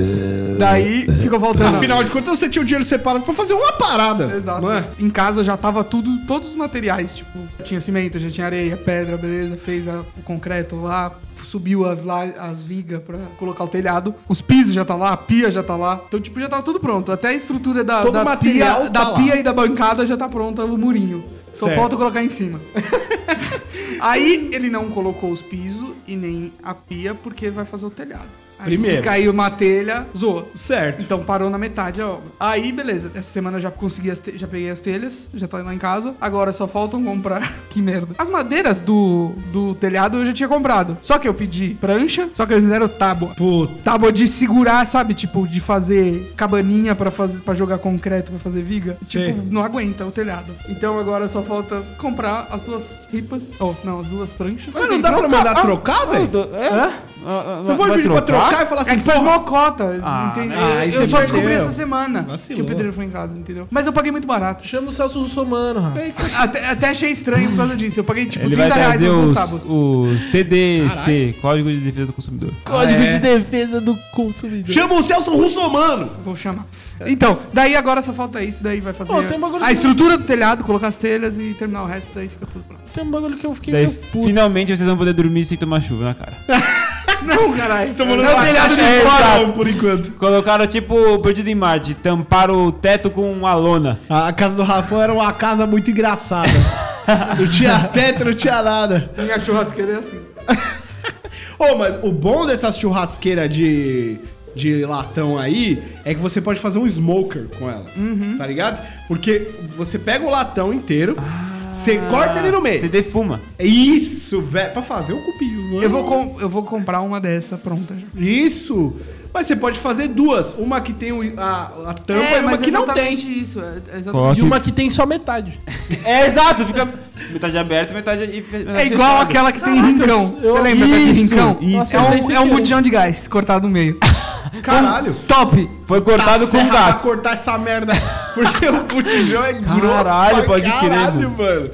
Speaker 4: Daí, ficou voltando.
Speaker 2: Afinal de contas, você tinha o dinheiro separado pra fazer uma parada.
Speaker 4: Exato.
Speaker 2: Não é?
Speaker 4: Em casa já tava tudo, todos os materiais, tipo, tinha cimento, já tinha areia, pedra, beleza, fez a- o concreto lá, subiu as, la- as vigas pra colocar o telhado, os pisos já tá lá, a pia já tá lá. Então, tipo, já tava tudo pronto. Até a estrutura da,
Speaker 2: Todo o
Speaker 4: da,
Speaker 2: material
Speaker 4: pia,
Speaker 2: tá
Speaker 4: da
Speaker 2: lá.
Speaker 4: pia e da bancada já tá pronta, o murinho. Só
Speaker 2: Certo.
Speaker 4: falta colocar em cima. Aí ele não colocou os pisos e nem a pia, porque vai fazer o telhado. Aí se
Speaker 2: Primeiro.
Speaker 4: cair uma telha, zoa.
Speaker 2: Certo.
Speaker 4: Então parou na metade a obra. Aí, beleza. Essa semana eu já consegui as te- já peguei as telhas, já tá lá em casa. Agora só faltam comprar. que merda. As madeiras do, do telhado eu já tinha comprado. Só que eu pedi prancha, só que eles me deram tábua.
Speaker 2: Puta.
Speaker 4: Tábua de segurar, sabe? Tipo, de fazer cabaninha pra, fazer, pra jogar concreto, pra fazer viga.
Speaker 2: Sei.
Speaker 4: Tipo, não aguenta o telhado. Então agora só falta comprar as duas ripas. Oh, não, as duas pranchas.
Speaker 2: Mas não dá pra mandar trocar, velho? Você pode pedir pra trocar e falar assim,
Speaker 4: É que faz
Speaker 2: "Porra,
Speaker 4: mó cota,
Speaker 1: Ah,
Speaker 4: entendeu?
Speaker 2: né? Ah, aí
Speaker 4: eu
Speaker 2: você
Speaker 4: só
Speaker 2: perdeu.
Speaker 4: descobri essa semana que
Speaker 2: Vacilou.
Speaker 4: o pedreiro foi em casa, entendeu? Mas eu paguei muito barato.
Speaker 3: Chama o Celso Russomano, rapaz.
Speaker 4: Até, até achei estranho por causa disso. Eu paguei tipo
Speaker 1: Ele
Speaker 4: 30
Speaker 1: vai
Speaker 4: reais
Speaker 1: trazer
Speaker 4: nas duas
Speaker 1: os,
Speaker 4: tábuas.
Speaker 1: o CDC, Código de Defesa do Consumidor.
Speaker 3: Código
Speaker 2: Ah, é?
Speaker 3: de defesa do consumidor.
Speaker 2: Chama o Celso Russomano!
Speaker 4: Vou chamar. Então, daí agora só falta isso, daí vai fazer
Speaker 3: Ó, tem um bagulho
Speaker 4: a
Speaker 3: que-
Speaker 4: estrutura do telhado, colocar as telhas e terminar o resto, daí fica tudo pronto.
Speaker 3: Tem um bagulho que eu fiquei
Speaker 1: Daí,
Speaker 3: meio puto.
Speaker 1: finalmente vocês vão poder dormir sem tomar chuva na cara.
Speaker 4: Não, caralho.
Speaker 2: Estamos
Speaker 4: É o telhado de fora.
Speaker 2: por enquanto.
Speaker 1: Colocaram tipo Perdido em Marte, tamparam o teto com uma lona.
Speaker 2: A a casa do Rafão era uma casa muito engraçada. não tinha teto, não tinha nada.
Speaker 4: Minha churrasqueira é assim.
Speaker 2: Ô, mas o bom dessa churrasqueira de, de latão aí é que você pode fazer um smoker com elas, tá ligado? Porque você pega o latão inteiro, Ah. você corta ele no meio. É
Speaker 1: Você defuma.
Speaker 2: Isso, velho. Pra fazer um cupinho.
Speaker 4: Eu vou, com- eu vou comprar uma dessa pronta já.
Speaker 2: Isso. Mas você pode fazer duas. Uma que tem o- a, a tampa, É, mas que não tá. tem.
Speaker 4: isso. É, é exatamente-
Speaker 1: Coloca-
Speaker 3: E uma que tem só metade.
Speaker 1: É exato, fica metade aberta, metade. e fe-
Speaker 4: É
Speaker 1: metade
Speaker 4: igual
Speaker 1: fechada.
Speaker 4: aquela que tem
Speaker 3: Caraca,
Speaker 4: rincão.
Speaker 3: eu-
Speaker 4: Você lembra da de
Speaker 1: Isso,
Speaker 4: rincão?
Speaker 1: isso.
Speaker 4: É
Speaker 3: Nossa,
Speaker 4: um, é um
Speaker 3: eu-
Speaker 4: botijão de gás cortado no meio.
Speaker 2: tá- Caralho.
Speaker 4: Top!
Speaker 1: Foi cortado
Speaker 2: Tá
Speaker 1: com
Speaker 2: serra
Speaker 1: gás.
Speaker 2: Pra cortar essa merda. Porque o botijão é grosso.
Speaker 1: Caralho,
Speaker 2: pra
Speaker 1: pode crer,
Speaker 2: Caralho, mano.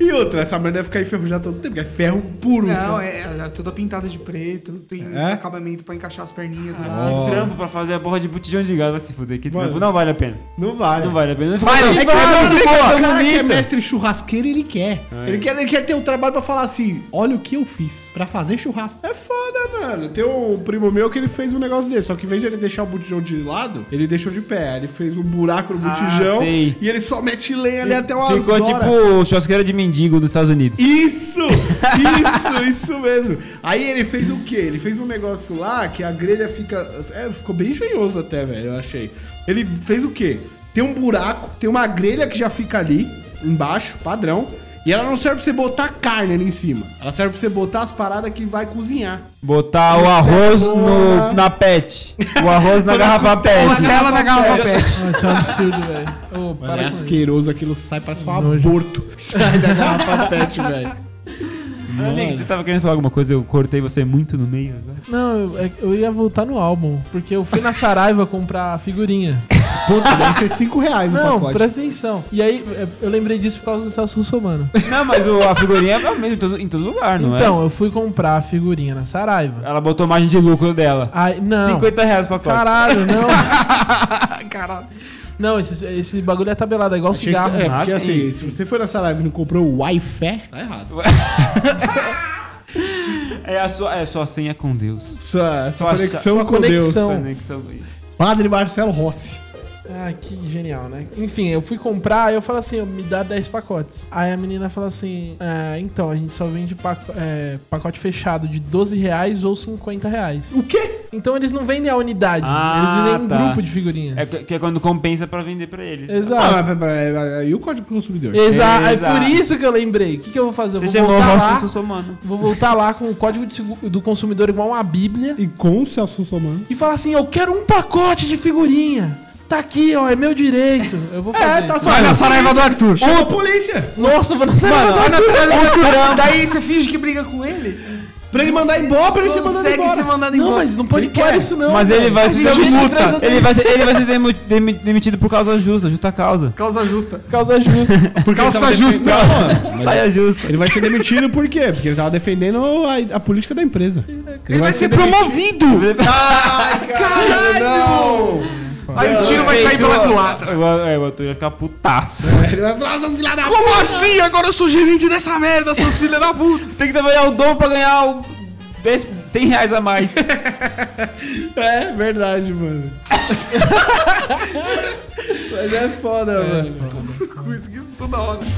Speaker 2: E outra, essa merda deve ficar enferrujada todo tempo, porque é ferro puro.
Speaker 4: Não,
Speaker 2: cara.
Speaker 4: é, é toda pintada de preto, tem esse
Speaker 2: É?
Speaker 4: acabamento pra encaixar as perninhas. do lado.
Speaker 1: Que trampo pra fazer a porra de botijão de gás, vai se fuder. Que
Speaker 2: Mano.
Speaker 1: trampo. Não vale a pena.
Speaker 2: Não vale.
Speaker 1: Não vale a pena. Não fica-
Speaker 4: Vale, é
Speaker 2: É que
Speaker 4: Vai,
Speaker 2: é
Speaker 1: não
Speaker 2: muito
Speaker 1: fica
Speaker 2: bom.
Speaker 1: tão
Speaker 2: O cara que é
Speaker 1: um bonita. É.
Speaker 2: mestre churrasqueiro, ele quer. Ele quer. Ele quer ter o trabalho pra falar assim, olha o que eu fiz pra fazer churrasco. É foda, mano. Tem um primo meu que ele fez um negócio desse, só que em vez de ele deixar o botijão de lado, ele deixou de pé. Ele fez um buraco no
Speaker 1: Ah,
Speaker 2: botijão
Speaker 1: sei.
Speaker 2: e ele só mete lenha ali até uma
Speaker 1: Ficou tipo churrasqueira de mendigo dos Estados Unidos.
Speaker 2: Isso! Isso, isso mesmo. Aí ele fez o quê? Ele fez um negócio lá que a grelha fica. É, ficou bem engenhoso até, velho, eu achei. Ele fez o quê? Tem um buraco, tem uma grelha que já fica ali, embaixo, padrão. E ela não serve pra você botar carne ali em cima. Ela serve pra você botar as paradas que vai cozinhar.
Speaker 1: Botar o arroz
Speaker 2: porra.
Speaker 1: no, na pet. O arroz na
Speaker 2: Quando
Speaker 1: garrafa
Speaker 2: custa
Speaker 1: pet.
Speaker 4: Costela na garrafa pet.
Speaker 3: Ah, isso é um absurdo, velho. assim. Ô,
Speaker 2: Mano, é
Speaker 3: para com isso.
Speaker 2: asqueroso, aquilo sai, parece um
Speaker 3: Nojo.
Speaker 2: aborto. Sai da garrafa pet, velho.
Speaker 1: Ah, Nick, você tava querendo falar alguma coisa, eu cortei você muito no meio agora.
Speaker 3: Não, eu, é- eu ia voltar no álbum, porque eu fui na Saraiva comprar a figurinha.
Speaker 2: Puta, deve ser 5 reais o
Speaker 3: Não,
Speaker 2: pacote.
Speaker 3: presta atenção. E aí, é, eu lembrei disso por causa do Celso Russomano.
Speaker 1: Não, mas o- a figurinha é a mesma em todo, em todo lugar, não
Speaker 3: Então, eu fui comprar a figurinha na Saraiva.
Speaker 1: é? Ela botou margem de lucro dela.
Speaker 3: Aí, não.
Speaker 1: 50 reais o pacote.
Speaker 3: Caralho, não.
Speaker 4: Caralho.
Speaker 3: Não, esse, esse bagulho é tabelado, é igual
Speaker 2: Achei que
Speaker 3: cigarro.
Speaker 2: você- é,
Speaker 1: Ah,
Speaker 2: porque
Speaker 1: sim.
Speaker 2: assim, se você for nessa live e não comprou o Wi-Fi, tá errado.
Speaker 1: É a sua, é sua senha com Deus.
Speaker 2: Sua, sua
Speaker 1: Sua-
Speaker 2: conexão
Speaker 3: sua
Speaker 2: com
Speaker 3: conexão.
Speaker 2: Deus. né?
Speaker 1: Conexão.
Speaker 2: Padre Marcelo Rossi.
Speaker 3: Ah, que genial, né? Enfim, eu fui comprar, eu falo assim, me dá 10 pacotes. Aí a menina fala assim, ah, então, a gente só vende paco- é, pacote fechado de 12 reais ou 50 reais.
Speaker 2: O quê?
Speaker 3: Então eles não vendem a unidade,
Speaker 1: Ah,
Speaker 3: eles vendem um
Speaker 1: tá.
Speaker 3: grupo de figurinhas.
Speaker 1: É que- que é quando compensa pra vender pra ele.
Speaker 3: Exato.
Speaker 2: Ah, mas, mas, mas, e o código pro consumidor?
Speaker 3: Exato. É
Speaker 1: Exato.
Speaker 3: por isso que eu lembrei. O que, que eu vou fazer? Eu
Speaker 1: Você
Speaker 3: vou
Speaker 1: chamou o
Speaker 3: voltar
Speaker 1: Rocha
Speaker 3: lá,
Speaker 1: Sussumano.
Speaker 3: vou voltar lá com o código de segu- do consumidor igual uma bíblia
Speaker 2: E com o Celso Somano.
Speaker 3: e falar assim, eu quero um pacote de figurinha. Tá aqui, ó, é meu direito.
Speaker 2: É,
Speaker 3: Eu vou fazer.
Speaker 2: tá
Speaker 3: isso.
Speaker 4: Vai na Saraiva do Arthur.
Speaker 2: Chama a polícia!
Speaker 3: Nossa, eu vou na Saraiva
Speaker 4: Vai
Speaker 3: agora.
Speaker 4: na Saraiva do Daí você finge que briga com ele.
Speaker 2: Pra ele mandar embora, pra ele ser mandado
Speaker 4: Consegue
Speaker 2: embora.
Speaker 4: ser mandado
Speaker 3: Não,
Speaker 4: embora.
Speaker 3: mas não pode
Speaker 2: Ele
Speaker 3: pôr
Speaker 2: quer,
Speaker 3: isso não.
Speaker 1: Mas ele
Speaker 3: velho.
Speaker 1: vai
Speaker 3: A
Speaker 1: ser
Speaker 3: gente traz
Speaker 1: multa.
Speaker 3: outra
Speaker 1: Ele vai ser, ele vai ser demi- demi- demitido por causa justa, justa causa.
Speaker 4: Causa justa.
Speaker 3: Causa justa.
Speaker 2: Porque ele
Speaker 4: Calça
Speaker 2: tava defendendo-
Speaker 4: justa.
Speaker 2: Não, mas
Speaker 1: Saia justa.
Speaker 2: Ele vai ser demitido por quê? Porque ele tava defendendo a, a política da empresa.
Speaker 4: Ele vai ser promovido. Caralho.
Speaker 2: Não!
Speaker 4: Aí o tiro vai sair pela culatra.
Speaker 1: Agora, é, o Arthur ia ficar putaço.
Speaker 2: Ele vai falar, "Seus filha um da
Speaker 4: Como assim? Agora eu sou gerente dessa merda, seus filhos da puta.
Speaker 1: Tem que trabalhar o dom pra ganhar o 10, 100 reais a mais.
Speaker 2: É verdade, mano. Mas é foda, mano.
Speaker 4: Com isso, isso toda hora.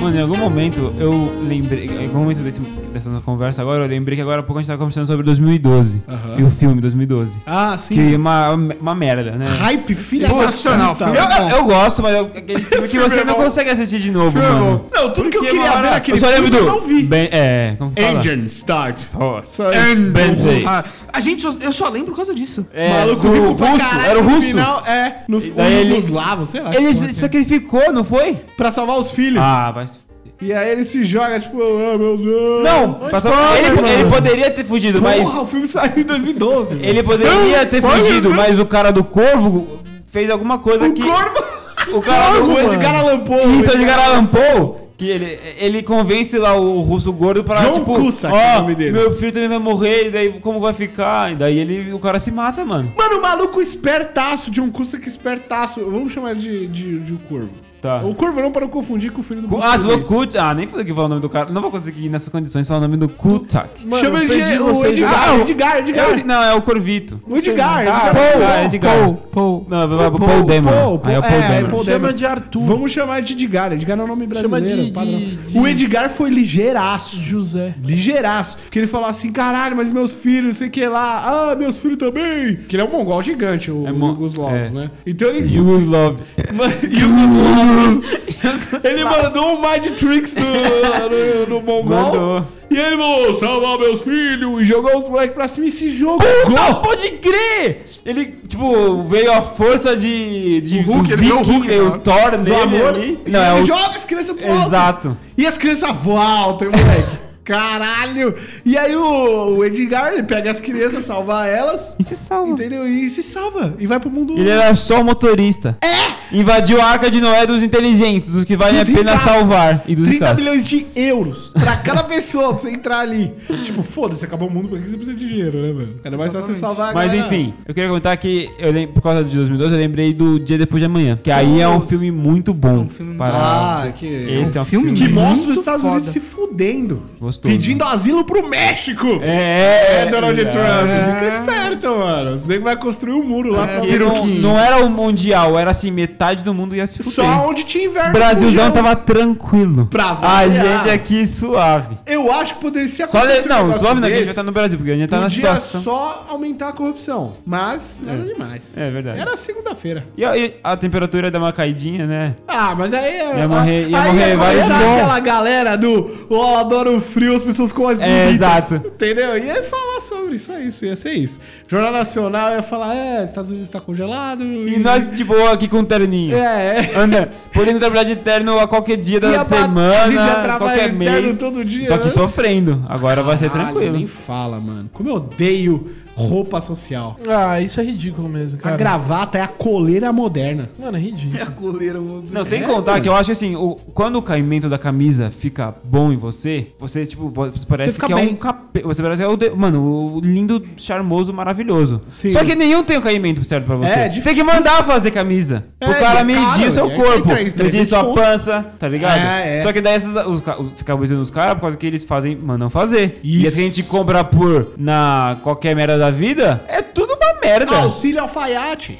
Speaker 1: Mano, em algum momento eu lembrei. Em algum momento desse- dessa nossa conversa agora, eu lembrei que agora há pouco a gente tava conversando sobre 2012.
Speaker 2: Aham.
Speaker 1: E o filme 2012.
Speaker 2: Ah, sim.
Speaker 1: Que é uma, uma merda, né?
Speaker 2: Hype, filha
Speaker 4: Sensacional,
Speaker 2: da
Speaker 1: Eu,
Speaker 2: puta.
Speaker 4: filho.
Speaker 1: eu- eu gosto, mas eu, aquele filme que você não consegue assistir de novo, mano.
Speaker 2: Não, tudo que eu
Speaker 1: Porque
Speaker 2: queria
Speaker 1: uma hora-
Speaker 2: ver naquele
Speaker 1: eu só lembro
Speaker 2: filme
Speaker 1: do.
Speaker 2: eu não vi.
Speaker 1: Ben- é, como que fala?
Speaker 2: start. Só isso.
Speaker 1: Band-Aids.
Speaker 4: Ah, A gente só- eu só lembro por causa disso.
Speaker 1: É,
Speaker 2: Maluco
Speaker 1: do
Speaker 2: rico pra
Speaker 1: russo,
Speaker 2: caralho,
Speaker 1: era o
Speaker 2: no
Speaker 1: russo.
Speaker 2: Final, é, no
Speaker 1: E daí ele-
Speaker 2: Yugoslavo, sei lá.
Speaker 1: Ele
Speaker 2: que porra
Speaker 1: se
Speaker 2: que é.
Speaker 1: sacrificou, não foi?
Speaker 2: Pra salvar os filhos.
Speaker 1: Ah, vai. se-
Speaker 2: E aí ele se joga, tipo, ah, meu Deus.
Speaker 1: Não,
Speaker 2: Mas
Speaker 1: passou-
Speaker 2: spoiler,
Speaker 1: ele,
Speaker 2: mano.
Speaker 1: ele poderia ter fugido, mas.
Speaker 2: Porra, o filme saiu em 2012. mano.
Speaker 1: Ele poderia ter
Speaker 4: spoiler,
Speaker 1: fugido,
Speaker 4: né?
Speaker 1: mas o cara do corvo fez alguma coisa que. O cara do
Speaker 2: Corvo,
Speaker 1: corvo,
Speaker 2: o Edgar Allan Poe.
Speaker 1: Isso, de cara lampou. Que ele, ele convence lá o russo gordo pra,
Speaker 2: John
Speaker 1: tipo,
Speaker 2: Cusack, é
Speaker 1: ó,
Speaker 2: o nome dele.
Speaker 1: meu filho também vai morrer, e daí como vai ficar? E daí ele, o cara se mata, mano.
Speaker 2: Mano, o maluco espertaço, John Cusack espertaço. Vamos chamar ele de, de, de o Corvo.
Speaker 1: Tá.
Speaker 2: O Corvo não para não confundir com o filho do
Speaker 1: Cu-
Speaker 2: Bruce
Speaker 1: Ah, você
Speaker 2: Lee.
Speaker 1: falou Kut. Ah, nem falei que falar o nome do cara. Não vou conseguir nessas condições falar o nome do Kutak.
Speaker 3: Mano,
Speaker 2: Chama
Speaker 3: eu
Speaker 2: ele
Speaker 3: perdi
Speaker 2: de o
Speaker 3: vocês
Speaker 2: Edgar,
Speaker 3: já.
Speaker 2: o Edgar,
Speaker 1: É
Speaker 2: Edgar.
Speaker 1: o- não, é o Corvito.
Speaker 2: O Edgar, Edgar.
Speaker 1: Ah, é Edgar.
Speaker 4: Paul, Paul.
Speaker 1: Não, é o Paul Damon.
Speaker 2: Paul,
Speaker 1: Aí é o
Speaker 2: Paul, é,
Speaker 1: Paul
Speaker 2: é Paul
Speaker 1: Damon.
Speaker 3: Chama
Speaker 2: Demo.
Speaker 3: de Arthur.
Speaker 2: Vamos chamar de Edgar. Edgar é o nome
Speaker 3: Chama
Speaker 2: brasileiro.
Speaker 3: de-
Speaker 2: padrão.
Speaker 3: de- de-
Speaker 2: O Edgar foi ligeiraço.
Speaker 3: José.
Speaker 2: Ligeiraço. Porque ele falou assim: caralho, mas meus filhos, sei que lá. Ah, meus filhos também. Que ele é um mongol gigante, o
Speaker 1: É mo-
Speaker 2: Yugoslavo,
Speaker 1: é.
Speaker 2: né? Então ele.
Speaker 1: Yugoslav.
Speaker 2: Yugoslavo. ele mandou um Mind Tricks no, no, no mongol.
Speaker 1: Mandou.
Speaker 2: E ele falou: salva meus filhos. E jogou os moleques pra cima e se jogou.
Speaker 1: Puta, pode crer! Ele, tipo, veio a força de. de
Speaker 4: O Hulk,
Speaker 1: do
Speaker 4: ele virou o
Speaker 1: Viking,
Speaker 4: Hulk,
Speaker 1: veio
Speaker 4: né?
Speaker 1: o Thor nele
Speaker 2: amor.
Speaker 1: ali.
Speaker 2: E
Speaker 1: Não, é
Speaker 2: ele
Speaker 1: o.
Speaker 2: joga as crianças pro alto.
Speaker 1: Exato.
Speaker 2: E as crianças voltam, e o moleque. Caralho! E aí o, o Edgar, ele pega as crianças, salva elas,
Speaker 1: E se salva.
Speaker 2: entendeu? E se salva. E vai pro mundo.
Speaker 1: Ele era só motorista. É! Invadiu a arca de Noé dos inteligentes, dos que valem a
Speaker 2: Dos
Speaker 1: pena
Speaker 2: ricaços.
Speaker 1: salvar. E dos
Speaker 2: 30
Speaker 1: ricaços.
Speaker 2: milhões de euros pra cada pessoa pra você entrar ali. Tipo, foda-se, acabou o mundo, por que você precisa de dinheiro, né, mano? Era mais fácil você
Speaker 4: Exatamente.
Speaker 2: salvar a
Speaker 1: Mas
Speaker 2: galera.
Speaker 1: enfim, eu queria comentar que eu lem- por causa de 2012 eu lembrei do Dia Depois de Amanhã, que aí é um filme muito bom.
Speaker 4: um filme
Speaker 1: para...
Speaker 2: Ah, que.
Speaker 1: Esse é um
Speaker 4: filme
Speaker 1: filme,
Speaker 2: Que mostra os
Speaker 4: Muito
Speaker 2: Estados
Speaker 4: foda.
Speaker 2: Unidos se fudendo.
Speaker 1: gostoso.
Speaker 2: Pedindo asilo pro México!
Speaker 1: É,
Speaker 2: É, Donald Trump,
Speaker 4: É.
Speaker 2: fica esperto, mano. Os negros vai construir um muro lá
Speaker 1: Que
Speaker 2: pra
Speaker 1: não, não era o mundial, era assim, metade do mundo ia se fuder.
Speaker 2: Só onde tinha
Speaker 1: O
Speaker 2: inverno.
Speaker 1: um Brasilzão
Speaker 2: mundial.
Speaker 1: tava tranquilo.
Speaker 2: Pra
Speaker 1: a
Speaker 2: variar.
Speaker 1: gente aqui suave.
Speaker 2: Eu acho que poderia ser um
Speaker 1: Só le... Não,
Speaker 2: negócio
Speaker 1: suave não, que a gente
Speaker 2: desse,
Speaker 1: vai estar no Brasil, porque a gente tá na
Speaker 2: podia
Speaker 1: situação.
Speaker 2: só aumentar a corrupção. Mas nada demais.
Speaker 1: É verdade.
Speaker 2: Era segunda-feira.
Speaker 1: E a, e a temperatura dá uma caidinha, né?
Speaker 2: Ah, mas aí...
Speaker 1: Ia morrer- ia
Speaker 2: aí é
Speaker 1: morrer vários
Speaker 2: começar
Speaker 1: bons.
Speaker 2: aquela galera do... Oh, adoro o frio, as pessoas com as
Speaker 1: É,
Speaker 2: bonitas",
Speaker 1: exato.
Speaker 2: Entendeu? Ia falar sobre isso, é isso, ia ser isso. Jornal Nacional ia falar... É, Estados Unidos tá congelado...
Speaker 1: E nós de boa aqui com terninho.
Speaker 2: Uhum. É, é.
Speaker 1: Anda, podendo trabalhar de terno a qualquer dia da
Speaker 2: Ia bat-
Speaker 1: semana,
Speaker 2: a gente já trabalha
Speaker 1: qualquer
Speaker 2: de terno
Speaker 1: mês.
Speaker 2: todo dia,
Speaker 1: só que
Speaker 2: né?
Speaker 1: sofrendo. Agora vai ser
Speaker 2: Caralho,
Speaker 1: tranquilo.
Speaker 2: Nem fala, mano. Como eu odeio roupa social.
Speaker 3: Ah, isso é ridículo mesmo,
Speaker 2: A
Speaker 3: cara.
Speaker 2: gravata é a coleira moderna.
Speaker 3: Mano, é ridículo.
Speaker 4: É a coleira, mano.
Speaker 1: Não,
Speaker 2: É?
Speaker 1: sem contar que eu acho assim, o- quando o caimento da camisa fica bom em você, você, tipo, você parece
Speaker 2: fica
Speaker 1: que é
Speaker 2: bem.
Speaker 1: um capeta. Você parece que é o, de- mano, o lindo, charmoso, maravilhoso.
Speaker 2: Sim.
Speaker 1: Só que nenhum tem o caimento certo pra você.
Speaker 2: É,
Speaker 1: você
Speaker 2: difícil.
Speaker 1: tem que mandar fazer camisa.
Speaker 2: É,
Speaker 1: o cara
Speaker 2: é
Speaker 1: medir
Speaker 2: caro,
Speaker 1: o seu
Speaker 2: é
Speaker 1: corpo,
Speaker 2: 33,
Speaker 1: medir
Speaker 2: 300
Speaker 1: sua
Speaker 2: conto.
Speaker 1: pança, tá ligado?
Speaker 2: É, é.
Speaker 1: Só que daí essas, os, ca- os, fica abusando os caras por causa que eles fazem, mandam fazer. E
Speaker 2: Isso.
Speaker 1: as que a gente compra por na qualquer merda da vida, é tudo uma merda. É,
Speaker 2: Auxílio alfaiate.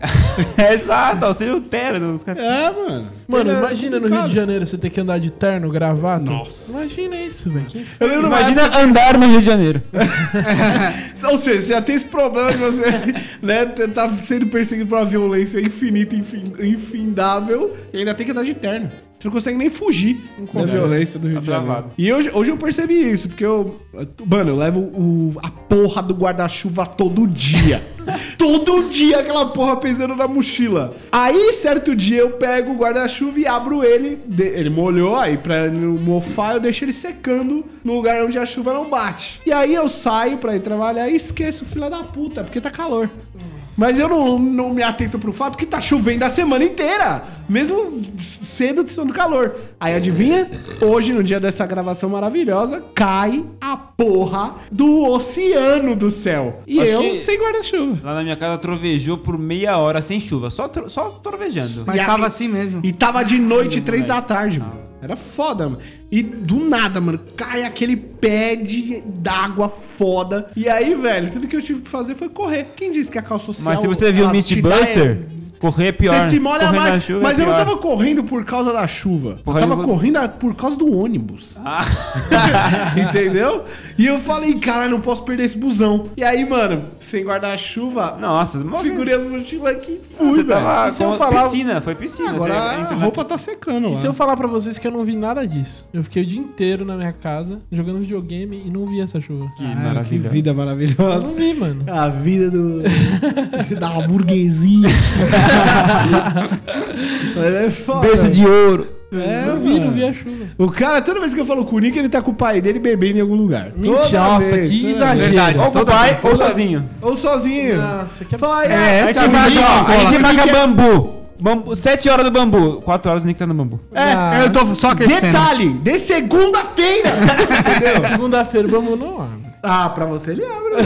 Speaker 1: Exato, auxílio terno. Os caras...
Speaker 2: é, mano.
Speaker 3: Mano,
Speaker 2: Ele é
Speaker 3: imagina no Rio
Speaker 2: complicado.
Speaker 3: de Janeiro você ter que andar de terno, gravata. Nossa. Imagina isso, velho. Que inferno.
Speaker 2: Eu lembro
Speaker 1: Imagina andar no Rio de Janeiro.
Speaker 2: Ou seja, você já tem esse problema de você né, tá sendo perseguido por uma violência infinita, infin, infindável, e ainda tem que andar de terno. Você não consegue nem fugir da violência do Rio
Speaker 1: Tá
Speaker 2: de Janeiro.
Speaker 1: travado.
Speaker 2: E hoje, hoje eu percebi isso, porque eu. Mano, eu levo o- a porra do guarda-chuva todo dia. todo dia aquela porra pesando na mochila. Aí, certo dia, eu pego o guarda-chuva e abro ele. de- ele molhou, aí pra ele não mofar, eu deixo ele secando no lugar onde a chuva não bate. E aí eu saio pra ir trabalhar e esqueço, filha da puta, porque tá calor. Mas eu não, não me atento pro fato que tá chovendo a semana inteira. Mesmo cedo de do calor. Aí adivinha? Hoje, no dia dessa gravação maravilhosa, cai a porra do oceano do céu. E
Speaker 1: Acho
Speaker 2: eu
Speaker 1: que-
Speaker 2: sem guarda-chuva.
Speaker 1: Lá na minha casa trovejou por meia hora sem chuva, só, tro- só trovejando.
Speaker 4: Mas
Speaker 2: E a-
Speaker 4: tava assim mesmo.
Speaker 2: E tava de noite, três da tarde, mano. Era foda, mano. E do nada, mano, cai aquele pé de d'água foda. E aí, velho, tudo que eu tive que fazer foi correr. Quem disse que é a calça social...
Speaker 1: Mas se você viu o
Speaker 2: ela te dá,
Speaker 1: Mythbuster,
Speaker 2: é,
Speaker 1: Correr é pior.
Speaker 2: Você se molha
Speaker 1: Correr na
Speaker 2: mais.
Speaker 1: chuva é
Speaker 2: Mas eu não
Speaker 1: pior.
Speaker 2: tava correndo por causa da chuva.
Speaker 1: Porra,
Speaker 2: eu tava
Speaker 1: eu vou-
Speaker 2: correndo a- por causa do ônibus.
Speaker 1: Ah.
Speaker 2: Entendeu? E eu falei, cara, não posso perder esse busão. E aí, mano, sem guarda-chuva,
Speaker 1: Nossa, um mó-
Speaker 2: segurei as mochilas aqui e
Speaker 1: Ah,
Speaker 2: fui,
Speaker 1: Você
Speaker 2: velho. Ah,
Speaker 1: tava
Speaker 3: E se eu
Speaker 1: com
Speaker 3: falar-
Speaker 1: piscina, foi piscina.
Speaker 2: Agora
Speaker 1: você
Speaker 2: a
Speaker 1: entrou na piscina.
Speaker 2: roupa tá secando
Speaker 3: E
Speaker 2: lá.
Speaker 3: se eu falar pra vocês que eu não vi nada disso? Eu fiquei o dia inteiro na minha casa jogando videogame e não vi essa chuva.
Speaker 1: Ah, Que
Speaker 2: Caralho,
Speaker 1: maravilha.
Speaker 2: né? Que vida
Speaker 3: Eu
Speaker 2: maravilhosa.
Speaker 3: não vi, mano.
Speaker 2: A vida do. da burguesinha. Mas é foda.
Speaker 1: ouro.
Speaker 2: É,
Speaker 3: não vi, não
Speaker 2: mano.
Speaker 3: vi a chuva.
Speaker 2: O cara, toda vez que eu falo com o Nick, ele tá com o pai dele bebendo em algum lugar.
Speaker 3: Mentira,
Speaker 2: Toda
Speaker 3: nossa,
Speaker 2: vez,
Speaker 3: que
Speaker 2: toda
Speaker 3: exagero.
Speaker 2: vez.
Speaker 4: Verdade.
Speaker 1: Ou com o
Speaker 4: Toda
Speaker 1: pai,
Speaker 4: vez.
Speaker 1: ou sozinho.
Speaker 2: Ou sozinho.
Speaker 3: Nossa, que
Speaker 2: Fala,
Speaker 3: absurdo.
Speaker 2: é,
Speaker 1: a gente
Speaker 2: essa vida-
Speaker 1: marca, ó, a gente
Speaker 4: Cola.
Speaker 1: marca bambu. bambu. 7 horas do bambu. 4 horas o Nick tá no bambu.
Speaker 3: Ah,
Speaker 4: É, Eu tô só aquecendo.
Speaker 2: Detalhe, de segunda-feira. entendeu?
Speaker 3: Segunda-feira, vamos não abre.
Speaker 2: Ah, pra você ele abre.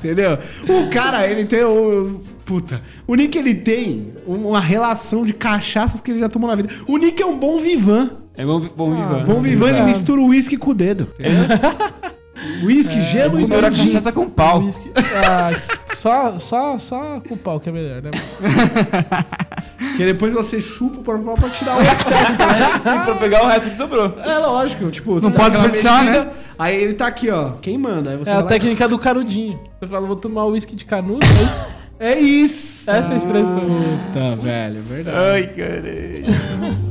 Speaker 2: entendeu? O cara, ele tem o... Puta. O Nick, ele tem um, uma relação de cachaças que ele já tomou na vida. O Nick é um bom vivan.
Speaker 1: É bom, bom vivan.
Speaker 2: Ah, Bom vivan, ele mistura o uísque com o dedo. Uísque, gelo e
Speaker 1: Mistura a
Speaker 2: dedo.
Speaker 1: cachaça com pau.
Speaker 3: Whisky. Ah, só, só, só com o pau que é melhor, né?
Speaker 2: E depois você chupa o próprio pra tirar o excesso.
Speaker 1: E pra pegar o resto que sobrou.
Speaker 2: É lógico, tipo...
Speaker 4: Não
Speaker 2: tu
Speaker 4: pode
Speaker 2: dá aquela
Speaker 4: desperdiçar,
Speaker 2: mexida,
Speaker 4: né?
Speaker 2: Aí ele tá aqui, ó. Quem manda? Aí você vai
Speaker 3: É a
Speaker 2: lá-
Speaker 3: técnica do canudinho. Você fala, vou tomar o uísque de canudo, é isso?
Speaker 2: É isso.
Speaker 3: Essa é a expressão.
Speaker 2: Puta, velho, é verdade.
Speaker 1: Ai, caralho.